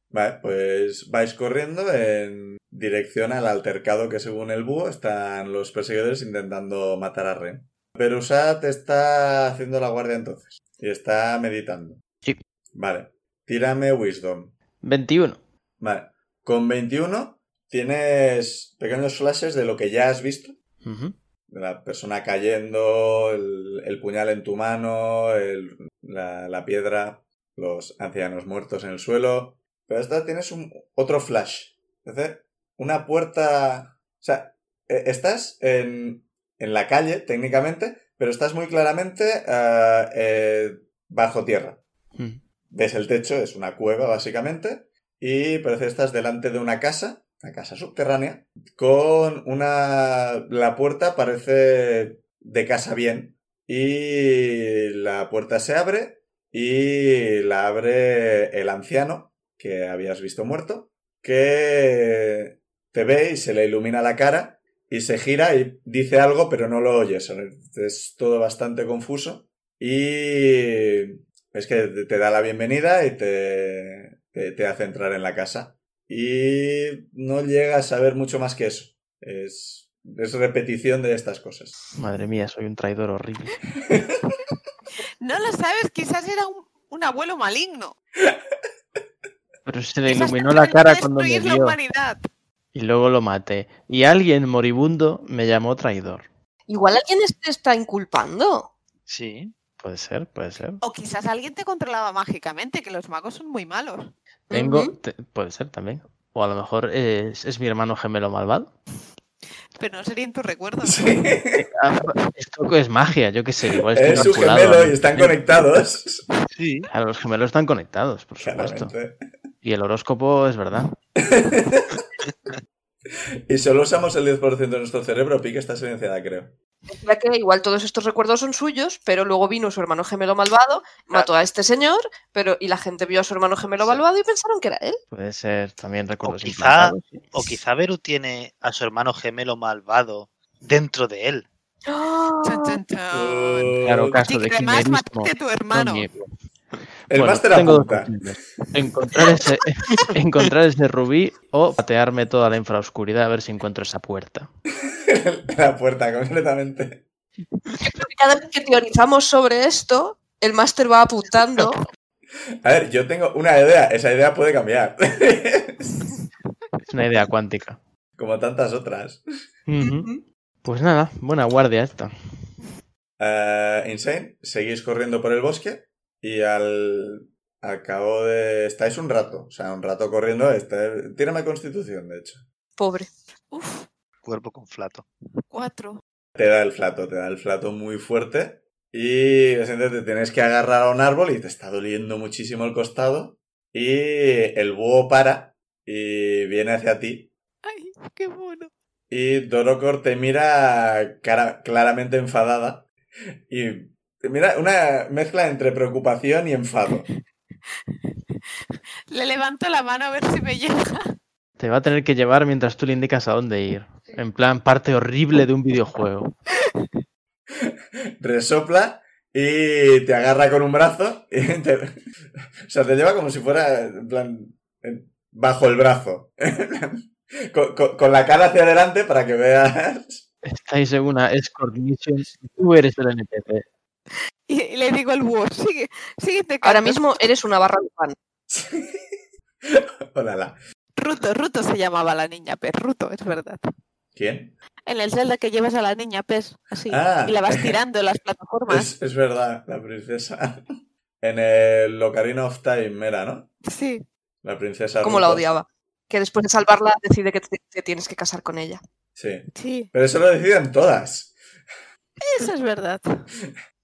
Speaker 1: Vale, pues vais corriendo en dirección al altercado que según el búho están los perseguidores intentando matar a Ren. Pero Usat está haciendo la guardia entonces. Y está meditando.
Speaker 5: Sí.
Speaker 1: Vale. Tírame Wisdom.
Speaker 5: 21.
Speaker 1: Vale. Con 21 tienes pequeños flashes de lo que ya has visto.
Speaker 5: Ujú.
Speaker 1: De la persona cayendo, el, el puñal en tu mano, el- la, la piedra, los ancianos muertos en el suelo. Pero esta tienes un, otro flash. Es decir, una puerta... O sea, e- estás en, en la calle técnicamente, pero estás muy claramente eh, eh, bajo tierra.
Speaker 5: Ujú.
Speaker 1: Ves el techo, es una cueva básicamente, y parece que estás delante de una casa, una casa subterránea, con una... La puerta parece de casa bien, y la puerta se abre, y la abre el anciano, que habías visto muerto, que te ve y se le ilumina la cara, y se gira y dice algo, pero no lo oyes. Es todo bastante confuso, y es que te te da la bienvenida y te, te, te hace entrar en la casa. Y no llega a saber mucho más que eso. Es, es repetición de estas cosas.
Speaker 5: [LAUGHS] Madre mía, soy un traidor horrible.
Speaker 4: No lo sabes, quizás era un, un abuelo maligno.
Speaker 5: Pero se le
Speaker 4: Quizás
Speaker 5: iluminó la
Speaker 4: trataba de
Speaker 5: cara cuando me
Speaker 4: destruir la
Speaker 5: vio.
Speaker 4: humanidad.
Speaker 5: Y luego lo maté. Y alguien moribundo me llamó traidor.
Speaker 3: Igual alguien te está inculpando.
Speaker 2: Sí.
Speaker 5: Puede ser, puede ser.
Speaker 4: O quizás alguien te controlaba mágicamente, que los magos son muy malos.
Speaker 5: Tengo.
Speaker 3: Ujú.
Speaker 5: te- puede ser también. O a lo mejor es, es mi hermano gemelo malvado.
Speaker 4: Pero no serían tus recuerdos.
Speaker 1: Sí.
Speaker 5: Ah, Esto es magia, yo qué sé. Igual estoy
Speaker 1: Es su
Speaker 5: manipulado,
Speaker 1: gemelo
Speaker 5: Pues ¿no?
Speaker 1: y están
Speaker 5: [LAUGHS]
Speaker 1: conectados.
Speaker 2: Sí.
Speaker 5: Claro, los gemelos están conectados, por supuesto.
Speaker 1: Claramente.
Speaker 5: Y el horóscopo es verdad.
Speaker 1: Y solo usamos el 10% de nuestro cerebro, Pique está silenciada, creo.
Speaker 3: Ya que igual todos estos recuerdos son suyos, pero luego vino su hermano gemelo malvado, mató a este señor, pero y la gente vio a su hermano gemelo
Speaker 2: Sí.
Speaker 3: malvado y pensaron que era él.
Speaker 5: Puede ser también
Speaker 2: O
Speaker 5: recuerdos
Speaker 2: quizá,
Speaker 5: implantados, sí.
Speaker 2: o quizá Beru tiene a su hermano gemelo malvado dentro de él.
Speaker 3: ¡Ah!
Speaker 4: Chan, chan, chan.
Speaker 5: Claro,
Speaker 1: Uh,
Speaker 5: caso
Speaker 4: Y
Speaker 5: de
Speaker 4: que además
Speaker 5: kirchnerismo.
Speaker 4: mataste a tu hermano.
Speaker 5: Coño.
Speaker 1: El
Speaker 5: Bueno,
Speaker 1: máster
Speaker 5: tengo dos
Speaker 1: apunta.
Speaker 5: opciones. Encontrar ese, [LAUGHS] encontrar ese rubí o patearme toda la infraoscuridad a ver si encuentro esa puerta.
Speaker 1: [LAUGHS] La puerta, completamente.
Speaker 3: Cada vez que teorizamos sobre esto, el máster va apuntando.
Speaker 1: A ver, yo tengo una idea. Esa idea puede cambiar. [LAUGHS]
Speaker 5: Es una idea cuántica.
Speaker 1: Como tantas otras.
Speaker 5: [LAUGHS] Ujú. Pues nada, buena guardia esta.
Speaker 1: Eh, Insane, seguís corriendo por el bosque y al, al cabo de... Estáis un rato, o sea, un rato corriendo. Este, tírame constitución, de hecho.
Speaker 3: Pobre.
Speaker 4: Uf,
Speaker 2: Cuerpo con flato.
Speaker 4: cuatro.
Speaker 1: Te da el flato, te da el flato muy fuerte y de repente, te tienes que agarrar a un árbol y te está doliendo muchísimo el costado y el búho para y viene hacia ti
Speaker 4: Ay, qué mono.
Speaker 1: Y Dorocor te mira cara- claramente enfadada. Y te mira una mezcla entre preocupación y enfado.
Speaker 4: Le levanto la mano a ver si me llega. [LAUGHS]
Speaker 5: Te va a tener que llevar mientras tú le indicas a dónde ir. En plan, parte horrible de un videojuego.
Speaker 1: Resopla y te agarra con un brazo. Y [LAUGHS] te- o sea, te lleva como si fuera, en plan, en- bajo el brazo. [LAUGHS] con, con- con la cara hacia adelante para que veas. [LAUGHS]
Speaker 5: Estáis en una escort mission. Tú eres el NPC.
Speaker 4: Y, y le digo al búho, sigue, siguiente
Speaker 3: Ahora
Speaker 4: canto".
Speaker 3: mismo eres una barra de pan.
Speaker 1: Olala.
Speaker 4: Ruto, Ruto se llamaba la niña pez, Ruto, es verdad.
Speaker 1: ¿Quién?
Speaker 4: En el Zelda que llevas a la niña pez, así,
Speaker 1: Ah.
Speaker 4: y la vas tirando en las plataformas.
Speaker 1: Es, es verdad, la princesa. [LAUGHS] En el Ocarina of Time era, ¿no?
Speaker 4: Sí,
Speaker 1: La princesa.
Speaker 3: Como la
Speaker 1: Ruto.
Speaker 3: odiaba. Que después de salvarla decide que te, te tienes que casar con ella.
Speaker 1: Sí.
Speaker 4: sí,
Speaker 1: Pero eso lo deciden todas.
Speaker 4: eso es verdad.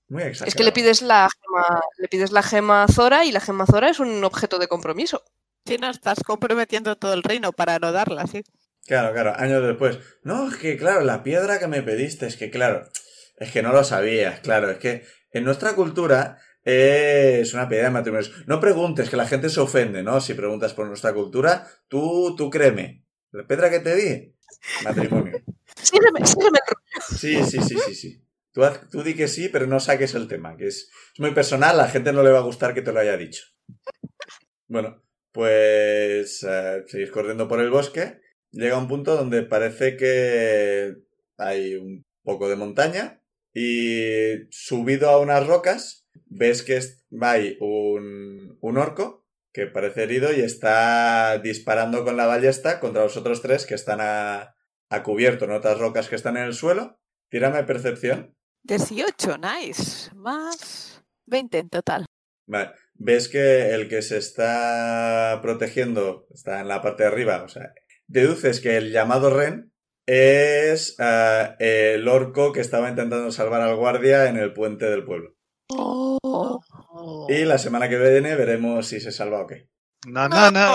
Speaker 1: Muy exagerado.
Speaker 3: Es que le pides la gema, le pides la gema Zora y la gema Zora es un objeto de compromiso.
Speaker 4: Si no estás comprometiendo todo el reino para no darla, sí.
Speaker 1: Claro, claro, años después. No, es que claro, la piedra que me pediste, es que claro, es que no lo sabías, claro, es que en nuestra cultura es una piedra de matrimonios. No preguntes, que la gente se ofende, ¿no? Si preguntas por nuestra cultura, tú, tú créeme. La piedra que te di, matrimonio.
Speaker 3: Sígueme, sígueme.
Speaker 1: Sí, sí, sí, sí, sí. Tú, haz- tú di que sí, pero no saques el tema, que es, es muy personal, a la gente no le va a gustar que te lo haya dicho. Bueno, pues eh, seguís corriendo por el bosque, llega un punto donde parece que hay un poco de montaña y subido a unas rocas ves que es- hay un, un orco que parece herido y está disparando con la ballesta contra los otros tres que están a, a cubierto en otras rocas que están en el suelo. Tírame percepción.
Speaker 4: 18, nice. Más 20 en total.
Speaker 1: Vale. Ves que el que se está protegiendo está en la parte de arriba. O sea, deduces que el llamado Ren es ah, el orco que estaba intentando salvar al guardia en el puente del pueblo. Y la semana que viene veremos si se salva o qué.
Speaker 2: No, no, no.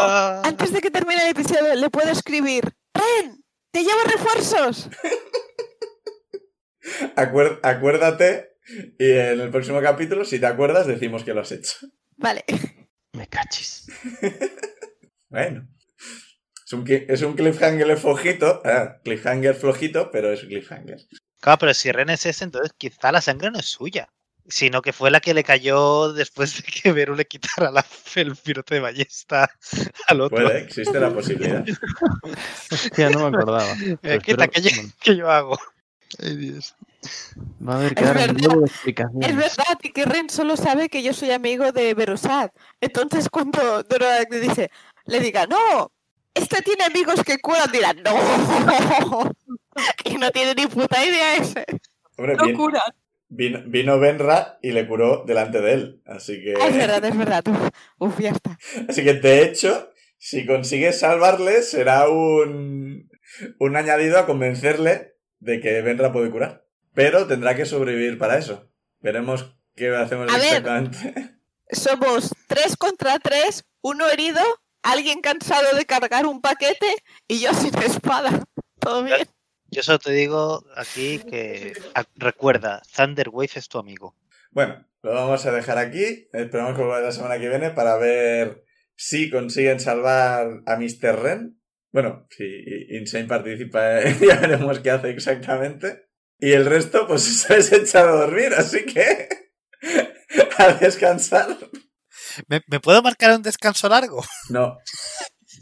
Speaker 4: Antes de que termine el episodio, le puedo escribir: ¡Ren! ¡Te llevo refuerzos!
Speaker 1: Acuer- acuérdate y en el próximo capítulo, si te acuerdas, decimos que lo has hecho.
Speaker 4: Vale. [LAUGHS]
Speaker 5: Me cachis.
Speaker 1: Bueno. Es un, cli- es un cliffhanger flojito. ah, cliffhanger flojito, pero es cliffhanger.
Speaker 2: Claro, pero si Ren es ese, entonces quizá la sangre no es suya, sino que fue la que le cayó después de que Beru le quitara la- el pirote de ballesta al otro.
Speaker 1: Puede, existe la posibilidad.
Speaker 5: Hostia, no
Speaker 4: [LAUGHS]
Speaker 5: me acordaba.
Speaker 4: Eh,
Speaker 5: Pero
Speaker 2: ¿Qué, tal
Speaker 5: espero-
Speaker 2: que yo, que yo hago? Ay, Dios.
Speaker 5: Va a haber que
Speaker 4: Es
Speaker 5: dar un
Speaker 4: verdad.
Speaker 5: huevo de
Speaker 4: Es
Speaker 5: explicaciones.
Speaker 4: verdad, y que Ren solo sabe que yo soy amigo de Berusad. Entonces, cuando Dora le dice, le diga, no, este tiene amigos que curan, dirá, no, [LAUGHS] que no tiene ni puta idea ese.
Speaker 1: Hombre,
Speaker 4: No
Speaker 1: vin-
Speaker 4: curan.
Speaker 1: vin- vino Benra y le curó delante de él. Así que,
Speaker 4: Ah, es verdad, es verdad. Uf, uf, ya está.
Speaker 1: [LAUGHS] así que de hecho, si consigues salvarle, será un, un añadido a convencerle de que Benra puede curar. Pero tendrá que sobrevivir para eso. Veremos qué hacemos
Speaker 4: A ver.
Speaker 1: exactamente.
Speaker 4: Somos tres contra tres, uno herido, alguien cansado de cargar un paquete y yo sin [LAUGHS] espada. Todo bien.
Speaker 2: Yo solo te digo aquí que a- recuerda, Thunder Wave es tu amigo.
Speaker 1: Bueno, lo vamos a dejar aquí. Esperamos que volváis la semana que viene para ver si consiguen salvar a Mr. Ren. Bueno, si Insane participa, [LAUGHS] eh, ya veremos qué hace exactamente. Y el resto, pues [LAUGHS] os habéis echado a dormir, así que [LAUGHS] a descansar.
Speaker 2: ¿Me, me puedo marcar un descanso largo?
Speaker 1: No,